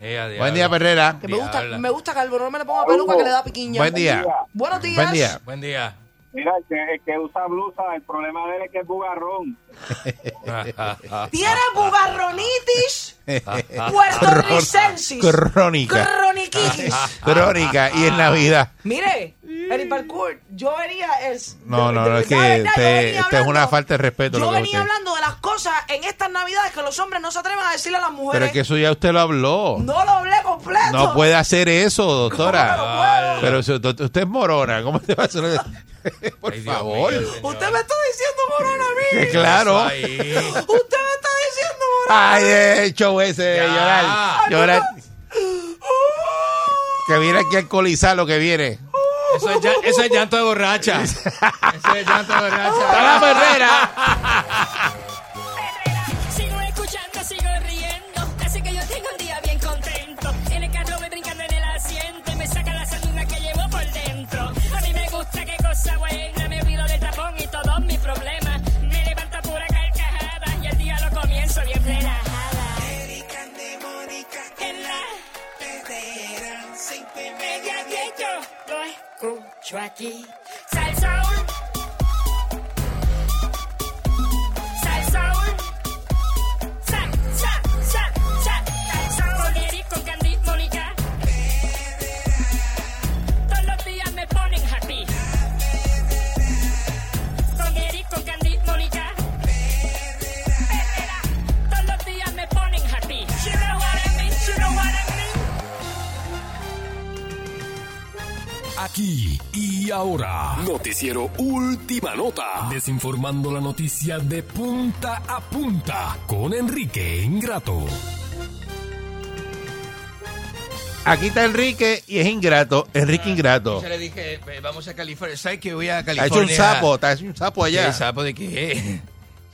Speaker 4: Eh,
Speaker 3: Buen día, Perrera.
Speaker 5: Que me gusta, me gusta calvo, no me le ponga peluca que le da piquiña.
Speaker 3: Buen día.
Speaker 5: Buenos días.
Speaker 3: Buen día.
Speaker 4: Buen día.
Speaker 7: Mira, el que, el que usa blusa, el problema de él es que es bugarrón.
Speaker 3: Ah.
Speaker 5: ¿Tiene bugarronitis?
Speaker 3: Puertorricensis.
Speaker 5: Puertorricensis.
Speaker 3: Crónica. Ah.
Speaker 5: Croniquitis.
Speaker 3: Crónica. Y en Navidad.
Speaker 5: Mire, Eric Parkour, yo venía es
Speaker 3: No,
Speaker 5: de-
Speaker 3: no,
Speaker 5: de-
Speaker 3: no, es
Speaker 5: de-
Speaker 3: que
Speaker 5: la verdad, yo
Speaker 3: este, este
Speaker 5: venía
Speaker 3: es una
Speaker 5: hablando-
Speaker 3: falta de respeto.
Speaker 5: Yo
Speaker 3: lo que
Speaker 5: venía
Speaker 3: usted-
Speaker 5: hablando de las cosas en estas navidades que los hombres no se atreven a decirle a las mujeres.
Speaker 3: Pero es que eso ya usted lo habló.
Speaker 5: ¿eh? No lo hablé completo.
Speaker 3: No puede Ah, hacer eso, doctora. Pero si usted usted es morona. ¿Cómo te va a hacer eso? Por favor.
Speaker 5: Usted me está diciendo morón a mí.
Speaker 3: Que claro.
Speaker 5: Usted me está diciendo morón.
Speaker 3: Ay, el show ese, Eh, llorar. Llorar. Que viene aquí a alcoholizar lo que viene.
Speaker 4: Eso es, llan- eso es llanto de borracha. eso es llanto de borracha.
Speaker 3: ¡Está la Perrera!
Speaker 13: Sigo escuchando, sigo riendo. Así que yo tengo un día bien contento. En el carro voy brincando en el asiento. y Me saca la salud que llevo por dentro. A mí me gusta qué cosa buena. Me olvido del tapón y todos mis problemas. Me levanta pura carcajada. Y el día lo comienzo bien relajada. En la cinco y media diez, yo lo escucho aquí. Salsaul. Salsaul. Sal, sal, sal, sal. Salsaul. Con Eric, con Candy, Mónica. Todos los días me ponen happy. Con Eric, con Candy, Mónica. Perrera. Todos los días me ponen happy. You know what I mean, you know what I mean.
Speaker 1: Aquí y ahora. Noticiero Última Nota. Desinformando la noticia de punta a punta con Enrique Ingrato.
Speaker 3: Aquí está Enrique y es ingrato. Enrique Ingrato.
Speaker 4: Yo le dije, eh, vamos a California. ¿Sabes que voy a
Speaker 3: Te ha
Speaker 4: California?
Speaker 3: hecho un sapo, te ha hecho un sapo allá.
Speaker 4: ¿Qué sapo de qué?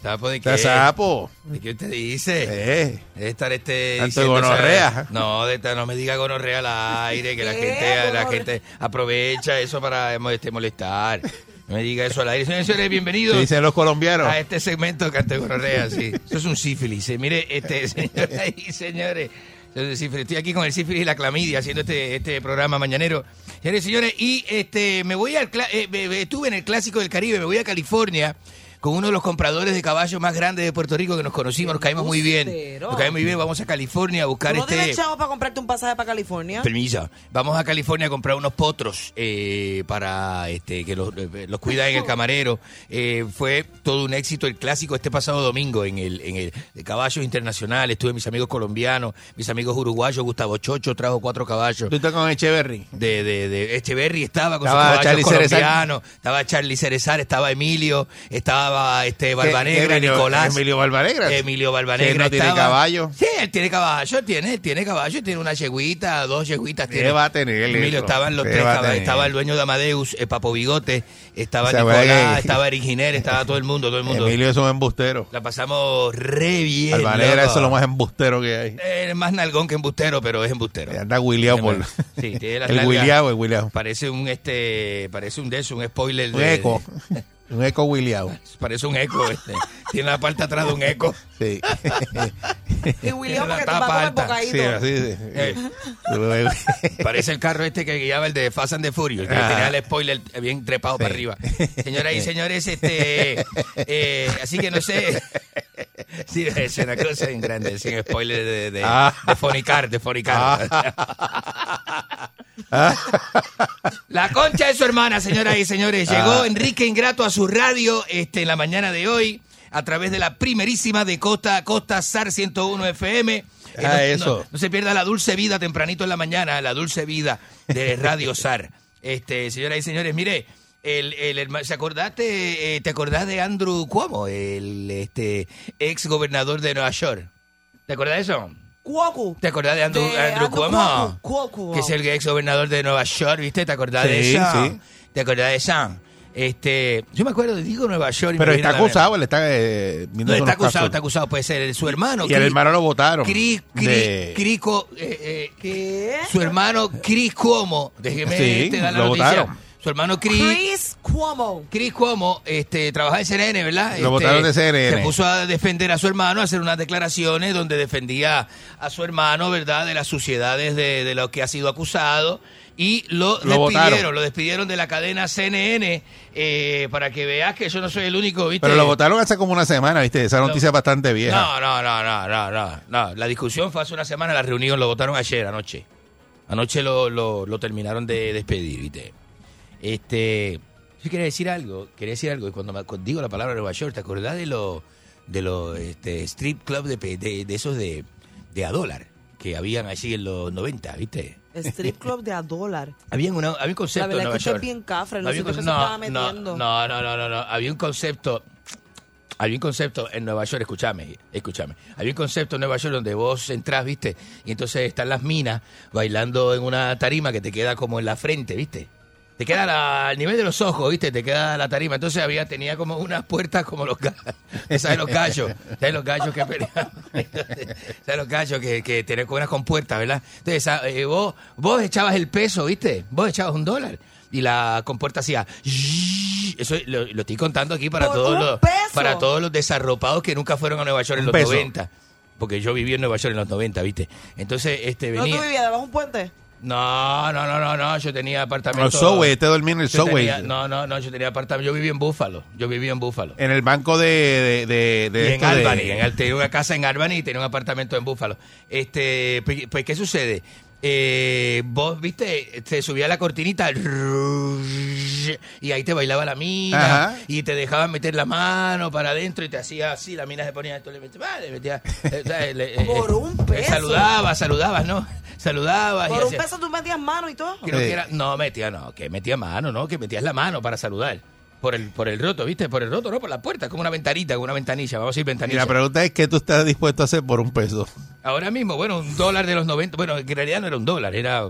Speaker 4: ¿Sapo de
Speaker 3: Está
Speaker 4: qué?
Speaker 3: sapo.
Speaker 4: ¿De qué usted dice?
Speaker 3: Eh.
Speaker 4: Debe estar este.
Speaker 3: Tanto
Speaker 4: diciendo,
Speaker 3: gonorrea.
Speaker 4: ¿sabes? No, de esta- no me diga gonorrea al aire, que la gente, la gente aprovecha eso para em, este, molestar. No me diga eso al aire. Señores, y señores, bienvenidos.
Speaker 3: Se dicen los colombianos.
Speaker 4: A este segmento que antes gonorrea, sí. Eso es un sífilis. eh. Mire, este, señoras y señores. eso es un sífilis. Estoy aquí con el sífilis y la clamidia haciendo este, este programa mañanero. Señores y señores, y este, me voy al. cla- eh, me- me- estuve en el Clásico del Caribe, me voy a California con uno de los compradores de caballos más grandes de Puerto Rico que nos conocimos, nos caímos muy bien.
Speaker 5: Embustero.
Speaker 4: Nos caímos muy bien, vamos a California a buscar
Speaker 5: ¿Tú no
Speaker 4: este.
Speaker 5: tienes chavos para comprarte un pasaje para California?
Speaker 4: Permiso. Vamos a California a comprar unos potros eh, para este, que los, eh, los cuida en el camarero. Eh, fue todo un éxito el clásico este pasado domingo en el, en el de Caballos Internacionales. Tuve mis amigos colombianos, mis amigos uruguayos. Gustavo Chocho trajo cuatro caballos.
Speaker 3: ¿Tú estás con Echeverry?
Speaker 4: De, de, de Echeverry estaba con
Speaker 3: Estaba
Speaker 4: sus
Speaker 3: Charlie
Speaker 4: caballos
Speaker 3: Cerezar.
Speaker 4: colombianos. Estaba Charlie Cerezar, estaba Emilio, estaba este
Speaker 3: ¿Qué-
Speaker 4: Barbanegra,
Speaker 3: qué Emilio-
Speaker 4: Nicolás.
Speaker 3: Emilio Barbanegra?
Speaker 4: Emilio Barbanegra.
Speaker 3: Que no tiene
Speaker 4: estaba-
Speaker 3: caballo.
Speaker 4: Sí, él tiene caballo, tiene, tiene caballo, tiene una yeguita, dos yeguitas.
Speaker 3: ¿Qué
Speaker 4: Tiene.
Speaker 3: va a tener él
Speaker 4: Emilio,
Speaker 3: eso?
Speaker 4: estaban los
Speaker 3: ¿Qué
Speaker 4: tres
Speaker 3: va a
Speaker 4: caballos.
Speaker 3: tener?
Speaker 4: Estaba el dueño de Amadeus, eh, Papo Bigote, estaba
Speaker 3: Se
Speaker 4: Nicolás,
Speaker 3: ve que-
Speaker 4: estaba Eric Giner, estaba todo el mundo, todo el mundo.
Speaker 3: Emilio es un embustero.
Speaker 4: La pasamos re bien.
Speaker 3: Albanera,
Speaker 4: loco.
Speaker 3: eso es lo más embustero que hay.
Speaker 4: Eh, más nalgón que embustero, pero es embustero.
Speaker 3: Anda William por.
Speaker 4: Sí, tiene las
Speaker 3: El
Speaker 4: largas.
Speaker 3: William, el William.
Speaker 4: Parece un este, parece un de eso, un spoiler
Speaker 3: Un
Speaker 4: de-
Speaker 3: eco. Un eco William.
Speaker 4: Parece un eco, este. Tiene la parte atrás de un eco.
Speaker 3: Sí.
Speaker 5: Y William,
Speaker 4: Tiene la
Speaker 5: porque te va a
Speaker 4: tapa
Speaker 5: comer
Speaker 4: alta.
Speaker 5: bocadillo.
Speaker 3: Sí, así. sí.
Speaker 4: Eh, Parece el carro este que guiaba el de Fast and the Furious, que
Speaker 3: Ajá.
Speaker 4: tenía el spoiler eh, bien trepado para arriba. Señoras y señores, este, eh, así que no sé. Sí, es una cosa bien grande, sin spoiler de, de,
Speaker 3: Ah.
Speaker 4: Ah. de Fonicar, de Fonicar. La concha de su hermana, señoras y señores. Llegó
Speaker 14: Ah.
Speaker 4: Enrique Ingrato a su radio este, en la mañana de hoy a través de la primerísima de Costa a Costa SAR 101 FM. Eh,
Speaker 3: Ah,
Speaker 4: no- no,
Speaker 3: eso.
Speaker 4: no se pierda la dulce vida tempranito en la mañana, la dulce vida de Radio SAR. Este, señoras y señores, mire, el, el herma- ¿se acordaste, eh, te acordás de Andrew Cuomo, el este ex gobernador de Nueva York? ¿Te acordás de eso?
Speaker 15: Cuoco.
Speaker 4: ¿Te acordás de Andrew,
Speaker 15: De
Speaker 4: Andrew
Speaker 15: Andrew
Speaker 4: Cuomo?
Speaker 15: Cuoco, Cuoco.
Speaker 4: Que es el ex gobernador de Nueva York, ¿viste? ¿Te acordás de
Speaker 3: Sí,
Speaker 4: eso?
Speaker 3: sí.
Speaker 4: ¿Te acordás de eso? Este, yo me acuerdo, digo Nueva York. y
Speaker 3: Pero
Speaker 4: me viene
Speaker 3: está
Speaker 4: a la mente-
Speaker 3: acusado, él está... eh,
Speaker 4: No,
Speaker 3: viendo
Speaker 4: está
Speaker 3: unos
Speaker 4: acusado,
Speaker 3: casos.
Speaker 4: está acusado, puede ser su hermano.
Speaker 3: Y el
Speaker 4: Cri-
Speaker 3: hermano lo votaron.
Speaker 4: Cri- Cri-
Speaker 3: de-
Speaker 4: Crico, eh, eh, su hermano Chris Cuomo, déjeme
Speaker 3: Sí,
Speaker 4: este, dar la
Speaker 3: lo
Speaker 4: noticia.
Speaker 3: votaron.
Speaker 4: Su hermano Chris,
Speaker 15: Chris Cuomo.
Speaker 4: Chris Cuomo este, trabajaba en CNN, ¿verdad?
Speaker 3: Lo
Speaker 4: Este,
Speaker 3: votaron de CNN.
Speaker 4: Se puso a defender a su hermano, a hacer unas declaraciones donde defendía a su hermano, ¿verdad? De las suciedades de, de lo que ha sido acusado. Y lo, despidieron,
Speaker 3: Lo votaron.
Speaker 4: lo despidieron de la cadena CNN eh, para que veas que yo no soy el único, ¿viste?
Speaker 3: Pero lo votaron hace como una semana, ¿viste? Esa noticia es bastante vieja.
Speaker 4: No, no, no, no, no, no, no. La discusión fue hace una semana, la reunión lo votaron ayer, anoche. Anoche lo, lo, lo terminaron de despedir, ¿viste? Este, yo quería decir algo, quería decir algo, y cuando me cuando digo la palabra Nueva York, ¿te acordás de los de los este, strip club de, pe- de, de esos de, de a dólar que habían allí en los 90, ¿viste?
Speaker 15: Strip club de a dólar.
Speaker 4: Habían una, había un
Speaker 15: La
Speaker 4: concepto en
Speaker 15: verdad es
Speaker 4: Nueva
Speaker 15: que usted es
Speaker 4: York.
Speaker 15: bien cafre, no
Speaker 4: Había
Speaker 15: sé
Speaker 4: un
Speaker 15: por qué se
Speaker 4: conce-
Speaker 15: estaba
Speaker 4: no, no,
Speaker 15: metiendo.
Speaker 4: no, no, no, no, no. Había un concepto. Había un concepto en Nueva York, escúchame, escúchame. Había un concepto en Nueva York donde vos entrás, viste, y entonces están las minas bailando en una tarima que te queda como en la frente, viste. Te queda la- al nivel de los ojos, viste, te queda la tarima. Entonces había, tenía como unas puertas como los gallos. ¿Sabes los gallos? ¿Sabes los gallos que peleaban? ¿Sabes los gallos que, que tenían como unas compuertas, verdad? Entonces esa- eh, vos, vos echabas el peso, viste, vos echabas un dólar. Y la compuerta hacía... zzzz. Eso lo, lo estoy contando aquí para
Speaker 15: Por
Speaker 4: todos
Speaker 15: un
Speaker 4: los
Speaker 15: peso.
Speaker 4: para todos los desarropados que nunca fueron a Nueva York en
Speaker 3: Un
Speaker 4: los
Speaker 3: peso.
Speaker 4: 90. Porque yo viví en Nueva York en los 90, ¿viste? Entonces, este
Speaker 15: ¿No tú
Speaker 4: venía.
Speaker 15: vivías debajo de un puente?
Speaker 4: No, no, no, no, no, yo tenía apartamento.
Speaker 3: En el subway, usted dormía en el
Speaker 4: Yo
Speaker 3: subway.
Speaker 4: tenía- no, no, no, yo tenía apartamento. Yo vivía en Búfalo. Yo vivía en Búfalo.
Speaker 3: En el banco de... de, de, Eh, de
Speaker 4: y en
Speaker 3: esto de-
Speaker 4: Albany. en Al- tenía una casa en Albany y tenía un apartamento en Búfalo. Este, pues, pues, ¿qué sucede? Eh, vos, viste, te subía la cortinita y ahí te bailaba la mina
Speaker 3: Ajá.
Speaker 4: y te dejaban meter la mano para adentro y te hacía así, la mina se ponía esto, le metía, ah, le metía, eh, o sea, le- eh,
Speaker 15: Por un
Speaker 4: eh,
Speaker 15: peso.
Speaker 4: Saludabas, saludabas, ¿no? Saludabas. y
Speaker 15: Por un
Speaker 4: hacía-
Speaker 15: peso tú metías mano y todo.
Speaker 4: Creo que era, no, metía, no, que metía mano, no, que metías la mano para saludar. Por el, por el roto, ¿viste? Por el roto, no, por la puerta, como una ventanita, como una ventanilla, vamos a decir
Speaker 3: Y
Speaker 4: ventanilla.
Speaker 3: la pregunta es, ¿qué tú estás dispuesto a hacer por un peso?
Speaker 4: Ahora mismo, bueno, un dólar de los 90, bueno, en realidad no era un dólar, era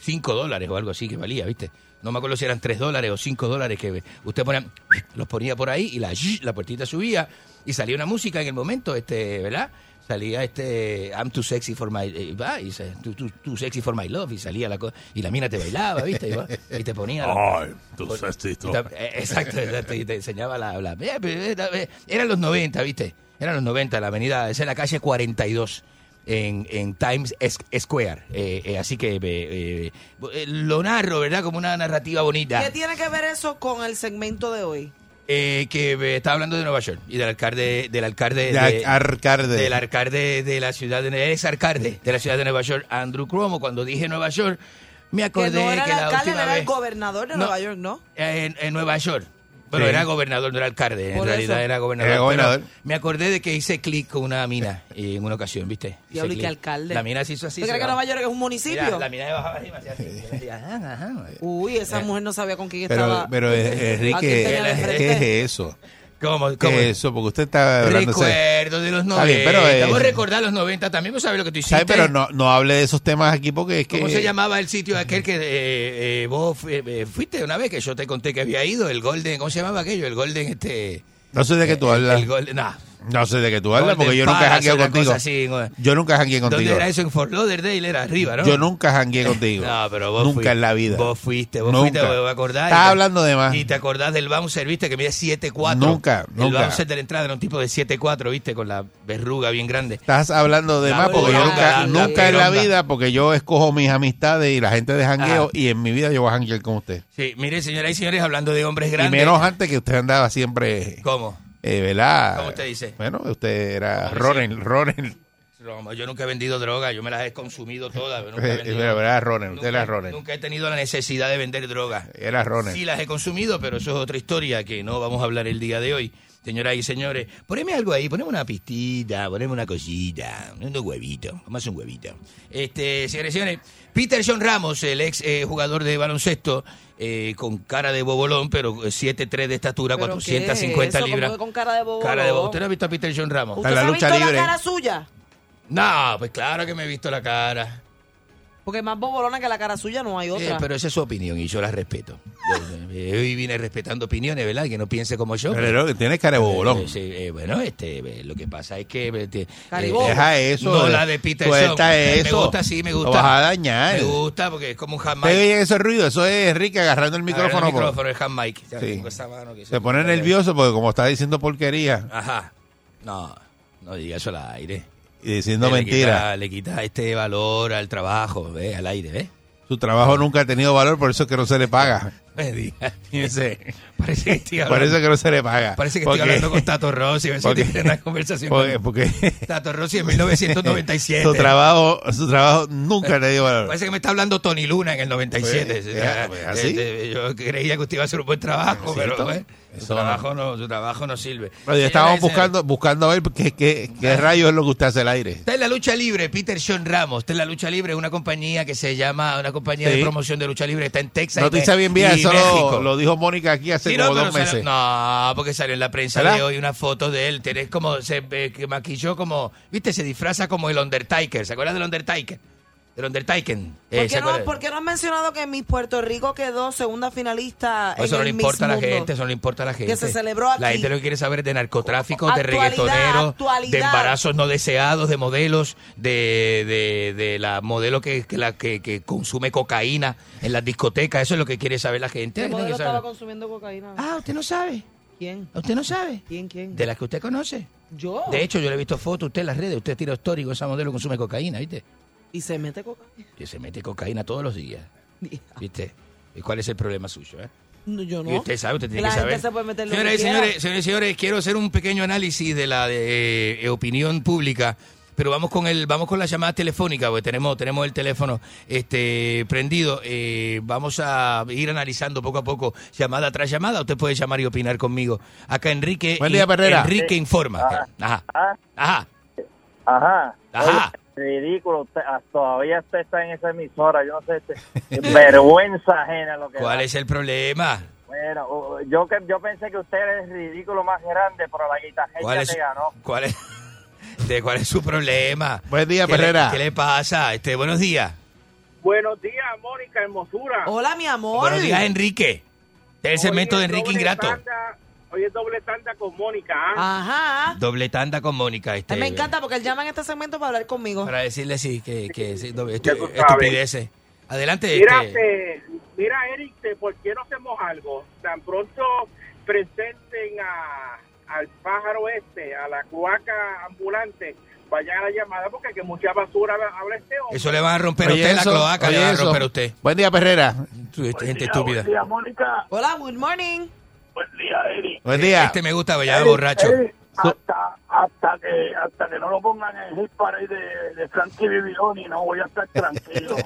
Speaker 4: 5 dólares o algo así que valía, ¿viste? No me acuerdo si eran 3 dólares o 5 dólares que usted ponía, los ponía por ahí y la, la puertita subía y salía una música en el momento, este, ¿verdad? Salía este I'm too sexy for my eh, va, y se- too, too- too sexy for my love y salía la cosa y la mina te bailaba, ¿viste? Y, va, y te ponía
Speaker 1: Oh,
Speaker 4: la-
Speaker 3: Ay, too
Speaker 4: por-
Speaker 3: sexy,
Speaker 4: y te-
Speaker 3: too-
Speaker 4: eh, Exacto, exacto, y te enseñaba la, la- eh, eh, eh, eran los 90, ¿viste? Eran los 90, la avenida, esa es la calle 42 en, en Times Es- Square. Eh, eh, así que eh, eh, eh, lo narro, ¿verdad? Como una narrativa bonita.
Speaker 15: ¿Qué tiene que ver eso con el segmento de hoy?
Speaker 4: Eh, que eh, está hablando de Nueva York y del alcalde del alcalde
Speaker 3: Del alcalde.
Speaker 4: del alcalde de la ciudad de ex alcalde de la ciudad de Nueva York Andrew Cuomo cuando dije Nueva York me
Speaker 15: Que
Speaker 4: acordé
Speaker 15: no era el
Speaker 4: que la
Speaker 15: alcalde, él
Speaker 4: última
Speaker 15: era el
Speaker 4: vez-
Speaker 15: gobernador de
Speaker 4: No.
Speaker 15: Nueva York, ¿no?
Speaker 4: en, en Nueva York. Pero
Speaker 3: Sí.
Speaker 4: era gobernador, no era alcalde. En
Speaker 15: Por
Speaker 4: realidad
Speaker 15: eso.
Speaker 4: era gobernador.
Speaker 3: Era gobernador.
Speaker 4: Pero me acordé de que hice clic con una mina eh, en una ocasión, ¿viste? Hice
Speaker 15: Diablo, y
Speaker 4: clic.
Speaker 15: que alcalde.
Speaker 4: La mina se hizo así.
Speaker 15: ¿Tú
Speaker 4: se
Speaker 15: crees que
Speaker 4: bajó.
Speaker 15: Nueva York es un municipio?
Speaker 4: Mira, la mina de bajaba así, me hacía así. me hacía, ajá, ajá.
Speaker 15: Uy, esa
Speaker 4: Eh,
Speaker 15: mujer no sabía con quién
Speaker 3: Pero,
Speaker 15: estaba.
Speaker 3: pero eh,
Speaker 15: ¿A quién
Speaker 3: Enrique,
Speaker 15: tenía de frente?
Speaker 3: ¿qué es eso?
Speaker 4: ¿Cómo,
Speaker 3: ¿Qué es eso? Porque usted está hablando...
Speaker 4: Recuerdo de los 90.
Speaker 3: Está bien, pero, eh,
Speaker 4: Vos recordás los 90 también, vos sabés lo que tú hiciste.
Speaker 3: ¿Sabe? Pero no, no hable de esos temas aquí porque es que...
Speaker 4: ¿Cómo se llamaba el sitio aquel que eh, eh, vos eh, eh, fuiste una vez que yo te conté que había ido? El Golden, ¿cómo se llamaba aquello? El Golden, este.
Speaker 3: No sé de qué tú hablas.
Speaker 4: El Golden, nah.
Speaker 3: No sé de qué tú hablas
Speaker 4: Golden
Speaker 3: porque yo nunca
Speaker 4: Palace,
Speaker 3: jangueo
Speaker 4: una
Speaker 3: contigo.
Speaker 4: cosa así, güey.
Speaker 3: Yo nunca jangueé
Speaker 4: ¿Dónde
Speaker 3: contigo.
Speaker 4: era eso? En Fort Lauderdale era arriba, ¿no?
Speaker 3: Yo nunca jangueé contigo.
Speaker 4: No, pero vos
Speaker 3: Nunca
Speaker 4: fuiste-
Speaker 3: en la vida.
Speaker 4: Vos fuiste, vos
Speaker 3: Nunca.
Speaker 4: fuiste, vos vos acordás.
Speaker 3: Estás
Speaker 4: Y te-
Speaker 3: hablando de más.
Speaker 4: Y te acordás del bouncer, viste, que mide 7'4.
Speaker 3: Nunca,
Speaker 4: El
Speaker 3: nunca.
Speaker 4: bouncer de la entrada era un tipo de 7'4, viste, con la verruga bien grande.
Speaker 3: Estás hablando de
Speaker 4: La
Speaker 3: más porque yo
Speaker 4: pelonga,
Speaker 3: nunca,
Speaker 4: la- la
Speaker 3: nunca en la
Speaker 4: pelonga.
Speaker 3: vida, porque yo escojo mis amistades y la gente de jangueo
Speaker 4: Ajá.
Speaker 3: y en mi vida yo voy a janguear con usted.
Speaker 4: Sí, mire, señoras y señores, hablando de hombres
Speaker 3: Y
Speaker 4: grandes.
Speaker 3: menos antes que usted andaba siempre,
Speaker 4: ¿Cómo?
Speaker 3: eh, ¿verdad?
Speaker 4: ¿Cómo usted dice?
Speaker 3: Bueno, usted era
Speaker 4: ¿Cómo dice?
Speaker 3: Ronald, Ronald.
Speaker 4: No, Yo nunca he vendido droga, yo me las he consumido todas. Nunca he
Speaker 3: Eh,
Speaker 4: vendido-
Speaker 3: Pero era Ronen, usted era
Speaker 4: nunca,
Speaker 3: Ronen.
Speaker 4: nunca he tenido la necesidad de vender droga.
Speaker 3: Era Ronen.
Speaker 4: Sí las he consumido, pero eso es otra historia que no vamos a hablar el día de hoy. Señoras y señores, poneme algo ahí, poneme una pistita, poneme una cosita, un huevito, vamos a hacer un huevito. Este, señores y señores, Peter John Ramos, el ex eh, jugador de baloncesto, eh, con cara de bobolón, pero 7'3 de estatura,
Speaker 15: ¿Pero qué es
Speaker 4: 450
Speaker 15: eso? ¿Cómo
Speaker 4: libras.
Speaker 15: que con cara de bobo.
Speaker 4: Cara de bobolón. ¿Usted no ha visto a Peter John Ramos?
Speaker 15: ¿Usted se ha visto la cara suya?
Speaker 4: No, pues claro que me he visto la cara.
Speaker 15: Porque más bobolona que la cara suya no hay
Speaker 4: Eh,
Speaker 15: otra.
Speaker 4: pero esa es su opinión y yo la respeto. Yo- eh, Hoy vine respetando opiniones, ¿verdad? Que no piense como yo.
Speaker 3: Pero que tienes cara de bobolón.
Speaker 4: Eh, sí, eh, bueno, este, eh, lo que pasa es que... eh, te-
Speaker 3: Caribobo.
Speaker 4: eh,
Speaker 3: Deja eso,
Speaker 4: No
Speaker 3: eh,
Speaker 4: la de Peter
Speaker 3: suelta
Speaker 4: Shaw. Me-
Speaker 3: eso.
Speaker 4: Me gusta, sí, me
Speaker 3: Lo
Speaker 4: gusta.
Speaker 3: vas a dañar.
Speaker 4: Me gusta porque es como un hand
Speaker 3: ¿Ustedes
Speaker 4: mic.
Speaker 3: oyen ese ruido? Eso es Enrique agarrando el micrófono.
Speaker 4: Agarra
Speaker 3: por-
Speaker 4: el micrófono, el hand mic. Ya,
Speaker 3: Sí.
Speaker 4: tengo esa mano que
Speaker 3: Se pone nervioso porque como está diciendo porquería
Speaker 4: Ajá. No, no diga eso al aire. Eh,
Speaker 3: y diciendo
Speaker 4: Le
Speaker 3: mentiras,
Speaker 4: quita- Le quita, este valor al trabajo, ¿ves? Al aire, ¿ves?
Speaker 3: su trabajo nunca ha tenido valor, por eso es que no se le paga.
Speaker 4: Me diga.
Speaker 3: Fíjense.
Speaker 4: Parece que estoy
Speaker 3: Por
Speaker 4: hablando-
Speaker 3: eso es que no se le paga.
Speaker 4: Parece que
Speaker 3: Porque-
Speaker 4: estoy hablando con Tato Rossi. A ver si
Speaker 3: Porque-
Speaker 4: tiene una conversación
Speaker 3: porque-
Speaker 4: con
Speaker 3: porque-
Speaker 4: Tato Rossi en 1997.
Speaker 3: Su trabajo, su trabajo nunca le dio valor.
Speaker 4: Parece que me está hablando Tony Luna en el 97.
Speaker 3: Pues,
Speaker 4: O sea,
Speaker 3: ya, pues, así.
Speaker 4: este, yo creía que usted iba a hacer un buen trabajo,
Speaker 3: Es
Speaker 4: pero
Speaker 3: cierto.
Speaker 4: pues, su,
Speaker 3: Eso no.
Speaker 4: trabajo no, su trabajo no sirve.
Speaker 3: Pero
Speaker 4: Señoras
Speaker 3: yo estábamos
Speaker 4: y señores,
Speaker 3: buscando, buscando a ver qué, qué,
Speaker 4: Ah.
Speaker 3: qué rayos es lo que usted hace al aire.
Speaker 4: Está en la lucha libre, Peter Sean Ramos. Está en la lucha libre, una compañía que se llama, una compañía
Speaker 3: Sí.
Speaker 4: de promoción de lucha libre. Está en Texas.
Speaker 3: Noticia
Speaker 4: y
Speaker 3: bien
Speaker 4: Me-
Speaker 3: vieja,
Speaker 4: y
Speaker 3: eso
Speaker 4: México.
Speaker 3: lo, lo dijo Mónica aquí hace
Speaker 4: Sí, no,
Speaker 3: como
Speaker 4: pero
Speaker 3: dos
Speaker 4: salió-
Speaker 3: meses.
Speaker 4: no, porque salió en la prensa
Speaker 3: ¿Verdad?
Speaker 4: de hoy una foto de él. Tenés como, se eh, que maquilló como, viste, se disfraza como el Undertaker. ¿Se acuerdan del Undertaker? Del Undertaker. Eh,
Speaker 15: ¿Por
Speaker 4: ¿se
Speaker 15: qué, no,
Speaker 4: acuerdan?
Speaker 15: por qué no has mencionado que Miss Puerto Rico quedó segunda finalista
Speaker 4: No, eso no
Speaker 15: en el
Speaker 4: le importa a
Speaker 15: Miss
Speaker 4: la
Speaker 15: Mundo?
Speaker 4: gente, eso no le importa a la gente.
Speaker 15: se celebró
Speaker 4: La
Speaker 15: aquí.
Speaker 4: gente lo que quiere saber es de narcotráfico, de
Speaker 15: Actualidad,
Speaker 4: reggaetoneros,
Speaker 15: actualidad.
Speaker 4: de embarazos no deseados, de modelos, de, de, de la modelo que, que la, que, que consume cocaína en las discotecas. Eso es lo que quiere saber la gente.
Speaker 15: ¿Qué
Speaker 4: Ay, no,
Speaker 15: modelo
Speaker 4: yo
Speaker 15: estaba
Speaker 4: sabe.
Speaker 15: consumiendo cocaína?
Speaker 4: Ah, ¿usted no sabe?
Speaker 15: ¿Quién?
Speaker 4: ¿Usted no sabe?
Speaker 15: ¿Quién, quién?
Speaker 4: De las que usted conoce.
Speaker 15: ¿Yo?
Speaker 4: De hecho, yo le he visto fotos a usted en las redes. Usted tira story con esa modelo consume cocaína, ¿viste?
Speaker 15: ¿Y se mete cocaína?
Speaker 4: Que se mete cocaína todos los días. ¿Viste? ¿Y cuál es el problema suyo, eh?
Speaker 15: No, yo no.
Speaker 4: Y usted sabe, usted tiene
Speaker 15: la
Speaker 4: que
Speaker 15: gente
Speaker 4: saber.
Speaker 15: se puede meter lo
Speaker 4: Señoras y
Speaker 15: que quiera.
Speaker 4: señores, señores y señores, quiero hacer un pequeño análisis de la de, eh, opinión pública, pero vamos con el, vamos con la llamada telefónica, porque tenemos, tenemos el teléfono este prendido. Eh, vamos a ir analizando poco a poco, llamada tras llamada. Usted puede llamar y opinar conmigo. Acá Enrique,
Speaker 3: Buen día,
Speaker 4: en-
Speaker 3: Perrera.
Speaker 4: Enrique
Speaker 3: Sí.
Speaker 4: informa.
Speaker 14: Ah.
Speaker 4: Ajá. Ajá.
Speaker 14: Ajá.
Speaker 4: Ajá.
Speaker 14: Oye, ridículo. usted- ah, todavía usted está en esa emisora. Yo no sé. este- vergüenza ajena lo que.
Speaker 4: ¿Cuál
Speaker 14: da.
Speaker 4: es el problema?
Speaker 14: Bueno, o- o- yo, que- yo pensé que usted era el ridículo más grande, pero la guitarra
Speaker 4: ¿Cuál
Speaker 14: ya
Speaker 4: es-
Speaker 14: te ganó.
Speaker 4: ¿Cuál es, de cuál es su problema?
Speaker 3: Buen día,
Speaker 4: ¿Qué le-
Speaker 3: Perrera.
Speaker 4: ¿Qué le pasa? Este, buenos días.
Speaker 16: Buenos días, Mónica Hermosura.
Speaker 15: Hola, mi amor.
Speaker 4: Buenos días, Enrique. Este es El segmento de Enrique Ingrato. Ah,
Speaker 16: Hoy es doble tanda con Mónica. ¿ah?
Speaker 15: Ajá.
Speaker 4: Doble tanda con Mónica. Este,
Speaker 15: Ay, me encanta porque él llama en este segmento para hablar conmigo.
Speaker 4: Para decirle sí, que, que sí, doble-
Speaker 16: Ya
Speaker 4: estu-
Speaker 16: tú sabes.
Speaker 4: estupideces. Adelante.
Speaker 16: Mira,
Speaker 4: este,
Speaker 16: eh, mira, Eric, te- ¿por qué no hacemos algo? Tan pronto presenten a, al pájaro este, a la cloaca ambulante, vayan a la llamada porque que mucha basura habla- habla este hombre.
Speaker 4: Eso le van a romper a
Speaker 3: Oye,
Speaker 4: usted
Speaker 3: eso,
Speaker 4: la cloaca, le
Speaker 3: oye,
Speaker 4: van a romper
Speaker 3: eso.
Speaker 4: a usted.
Speaker 3: Buen día, Perrera.
Speaker 4: Tú, este, gente estúpida.
Speaker 16: Mónica.
Speaker 15: Hola, good morning.
Speaker 3: Buen día.
Speaker 4: Este me gusta, ya borracho.
Speaker 17: hasta, hasta, que, hasta que no lo pongan en el para ahí de, de Frankie Bibiloni, no voy a estar tranquilo.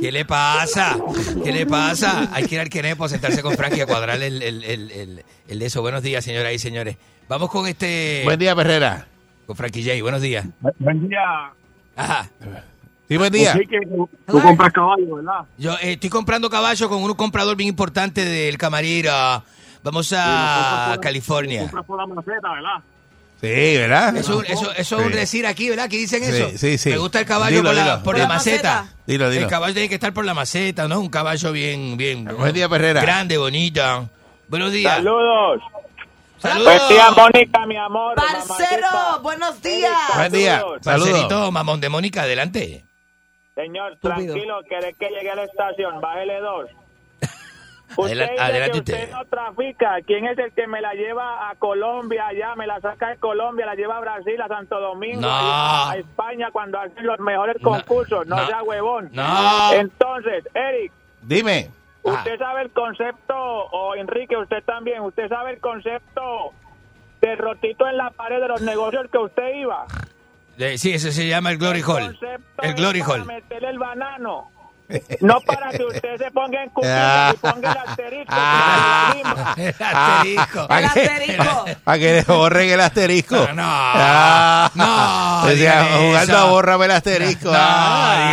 Speaker 4: ¿Qué le pasa? ¿Qué le pasa? Hay que ir al Quenepo a sentarse con Frankie a cuadrar el, el, el, el- el de eso. Buenos días, señoras y señores. Vamos con este.
Speaker 3: Buen día, Perrera.
Speaker 4: Con Frankie J. Buenos días.
Speaker 17: Buen día.
Speaker 4: Ajá.
Speaker 3: Sí, buen día.
Speaker 17: Así que tú, tú compras caballo, ¿verdad?
Speaker 4: Yo eh, estoy comprando caballo con un comprador bien importante del camarera. Vamos a California.
Speaker 17: Compras por la maceta, ¿verdad?
Speaker 3: Sí, ¿verdad?
Speaker 4: Eso, eso, eso es un decir aquí, ¿verdad? Que dicen
Speaker 3: Sí,
Speaker 4: eso.
Speaker 3: sí, sí.
Speaker 4: Me gusta el caballo
Speaker 3: Dilo,
Speaker 4: por, la,
Speaker 3: dilo.
Speaker 4: por la
Speaker 3: Dilo.
Speaker 4: maceta.
Speaker 3: Dilo, dilo.
Speaker 4: El caballo tiene que estar por la maceta, ¿no? Un caballo bien, bien.
Speaker 3: Buen día, Perrera.
Speaker 4: Grande, bonito. Buenos días.
Speaker 17: Saludos.
Speaker 4: Saludos.
Speaker 17: Buen día, Mónica, mi amor.
Speaker 15: Parcero, buenos días.
Speaker 4: Buen día.
Speaker 17: Saludos.
Speaker 4: Parcerito, mamón de Mónica, adelante.
Speaker 17: Señor, tranquilo, querés que llegue a la estación, bájele dos. Usted
Speaker 4: Adela-
Speaker 17: dice
Speaker 4: adelante
Speaker 17: que
Speaker 4: usted.
Speaker 17: usted no trafica. ¿Quién es el que me la lleva a Colombia allá? Me la saca de Colombia, la lleva a Brasil, a Santo Domingo,
Speaker 4: No.
Speaker 17: a a España cuando hacen los mejores concursos. No,
Speaker 3: no,
Speaker 17: sea huevón.
Speaker 3: no.
Speaker 17: Entonces, Eric,
Speaker 3: Dime.
Speaker 4: Ah.
Speaker 17: usted sabe el concepto, o Enrique, usted también, usted sabe el concepto derrotito en la pared de los negocios al que usted iba.
Speaker 4: Eh, sí, ese se llama el Glory Hall. El Glory
Speaker 17: Para
Speaker 4: Hall.
Speaker 17: meterle el banano. No para que usted se ponga en cuclillas
Speaker 3: Ah.
Speaker 17: y ponga el asterisco.
Speaker 4: Ah.
Speaker 3: El asterisco.
Speaker 17: El asterisco.
Speaker 3: Para que le borren el asterisco. No, no.
Speaker 4: no,
Speaker 3: o sea,
Speaker 4: dígale
Speaker 3: jugando
Speaker 4: eso.
Speaker 3: a borrarme el asterisco.
Speaker 4: No,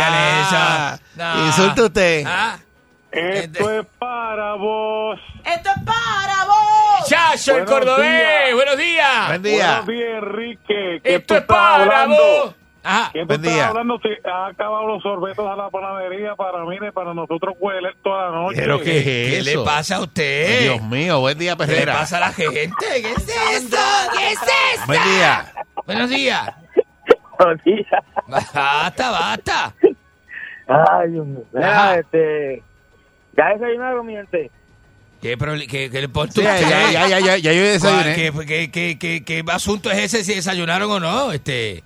Speaker 3: Ah.
Speaker 4: dígale eso. No. Ah. Este,
Speaker 3: Insulte usted.
Speaker 17: Esto es para vos.
Speaker 18: Esto es para vos.
Speaker 19: Chacho, el cordobés. Buenos días.
Speaker 3: Buen día.
Speaker 19: Buenos días, Enrique.
Speaker 3: ¿Qué
Speaker 19: Esto
Speaker 3: tú
Speaker 19: es para
Speaker 3: estás hablando?
Speaker 19: vos.
Speaker 4: Ah.
Speaker 3: ¿Qué tú Buen estás día.
Speaker 19: hablando? Ha acabado los sorbetos a la panadería para mire, para nosotros huele toda la noche.
Speaker 3: Pero qué es
Speaker 4: ¿Qué le
Speaker 3: eso?
Speaker 4: pasa a usted?
Speaker 3: Dios mío, buen día,
Speaker 4: ¿Qué le
Speaker 3: Perrera.
Speaker 4: pasa a la gente? ¿Qué es esto? ¿Qué es esto?
Speaker 3: Buen día.
Speaker 4: Buenos días.
Speaker 6: Buenos días.
Speaker 4: Basta, basta.
Speaker 6: Ay, Dios mío. Mira, este. Ya desayunaron, mi gente.
Speaker 4: ¿Qué, proble- qué, qué le importa
Speaker 3: Sí,
Speaker 4: a usted?
Speaker 3: ya, ya, ya, ya, ya yo desayuné.
Speaker 4: ¿Cuál- ¿Qué, qué, qué, qué, qué asunto es ese si desayunaron o no? Este,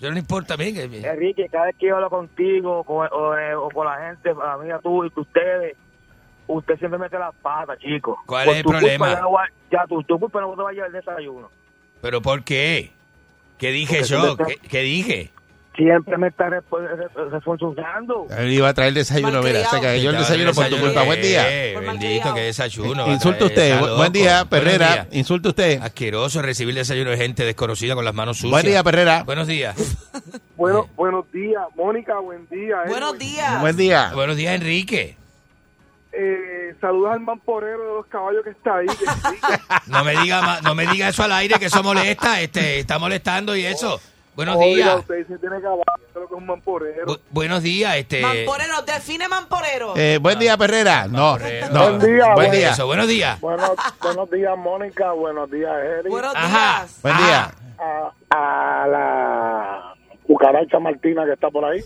Speaker 4: yo no importa a mí. que-
Speaker 6: Enrique, cada vez que yo hablo contigo con- o, eh, o con la gente, amiga tú y tú, ustedes, usted siempre mete las patas, chico.
Speaker 4: ¿Cuál
Speaker 6: Por
Speaker 4: es el
Speaker 6: tu culpa
Speaker 4: problema?
Speaker 6: Ya, no va- ya tu, tu culpa no te va a llevar el desayuno.
Speaker 4: ¿Pero por qué? ¿Qué dije
Speaker 6: Porque
Speaker 4: yo?
Speaker 6: tú
Speaker 4: ¿Qué, qué dije?
Speaker 6: Siempre me está respo- re- re- reforzando.
Speaker 3: Él iba a traer desayuno, mira, se cayó Eh, el desayuno por tu culpa. Buen día.
Speaker 4: Eh, bendito, que desayuno. Está
Speaker 3: Insulte usted.
Speaker 4: loco.
Speaker 3: Buen día,
Speaker 4: Buenos
Speaker 3: Perrera.
Speaker 4: días.
Speaker 3: Insulte usted.
Speaker 4: Asqueroso recibir desayuno de gente desconocida con las manos sucias.
Speaker 3: Buen día, Perrera.
Speaker 4: Buenos días.
Speaker 12: Bueno, buenos días, Mónica, buen día. Buenos días.
Speaker 3: Buen día.
Speaker 4: Buenos días, Enrique.
Speaker 12: Eh, saludos al mamporero de los caballos que está ahí. que sí.
Speaker 4: No me diga ma- no me diga eso al aire que eso molesta, este, está molestando y eso. Buenos
Speaker 12: Oiga,
Speaker 4: días.
Speaker 12: usted dice que tiene caballo, lo que es un mamporero.
Speaker 4: Bu- buenos días, este.
Speaker 18: Mamporero, define mamporero.
Speaker 3: Eh, buen día, Perrera. No, no.
Speaker 4: Buen día,
Speaker 3: Buen
Speaker 4: buen-
Speaker 3: día.
Speaker 4: eh, Eso, buenos días.
Speaker 12: Buenos, buenos días, Mónica. Buenos días, Eric.
Speaker 18: Buenos días.
Speaker 3: Buen día.
Speaker 12: A, a la cucaracha Martina que está por ahí.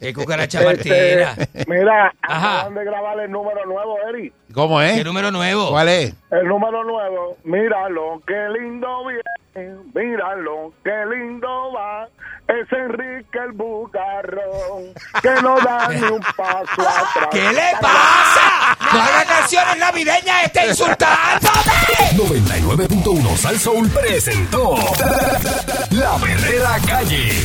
Speaker 4: Qué cucaracha
Speaker 12: Este,
Speaker 4: Martina.
Speaker 12: mira,
Speaker 4: Ajá.
Speaker 6: ah,
Speaker 12: acaban de grabar el número nuevo, Eric.
Speaker 3: ¿Cómo es?
Speaker 4: ¿Qué número nuevo?
Speaker 3: ¿Cuál es?
Speaker 12: El número nuevo, míralo, qué lindo viene, míralo, qué lindo va, es Enrique el bucarrón, que no da ni un paso atrás.
Speaker 4: ¿Qué le pasa? No haga canciones navideñas, este insultándome.
Speaker 1: 99.1 Sal Soul presentó La Verdadera Calle.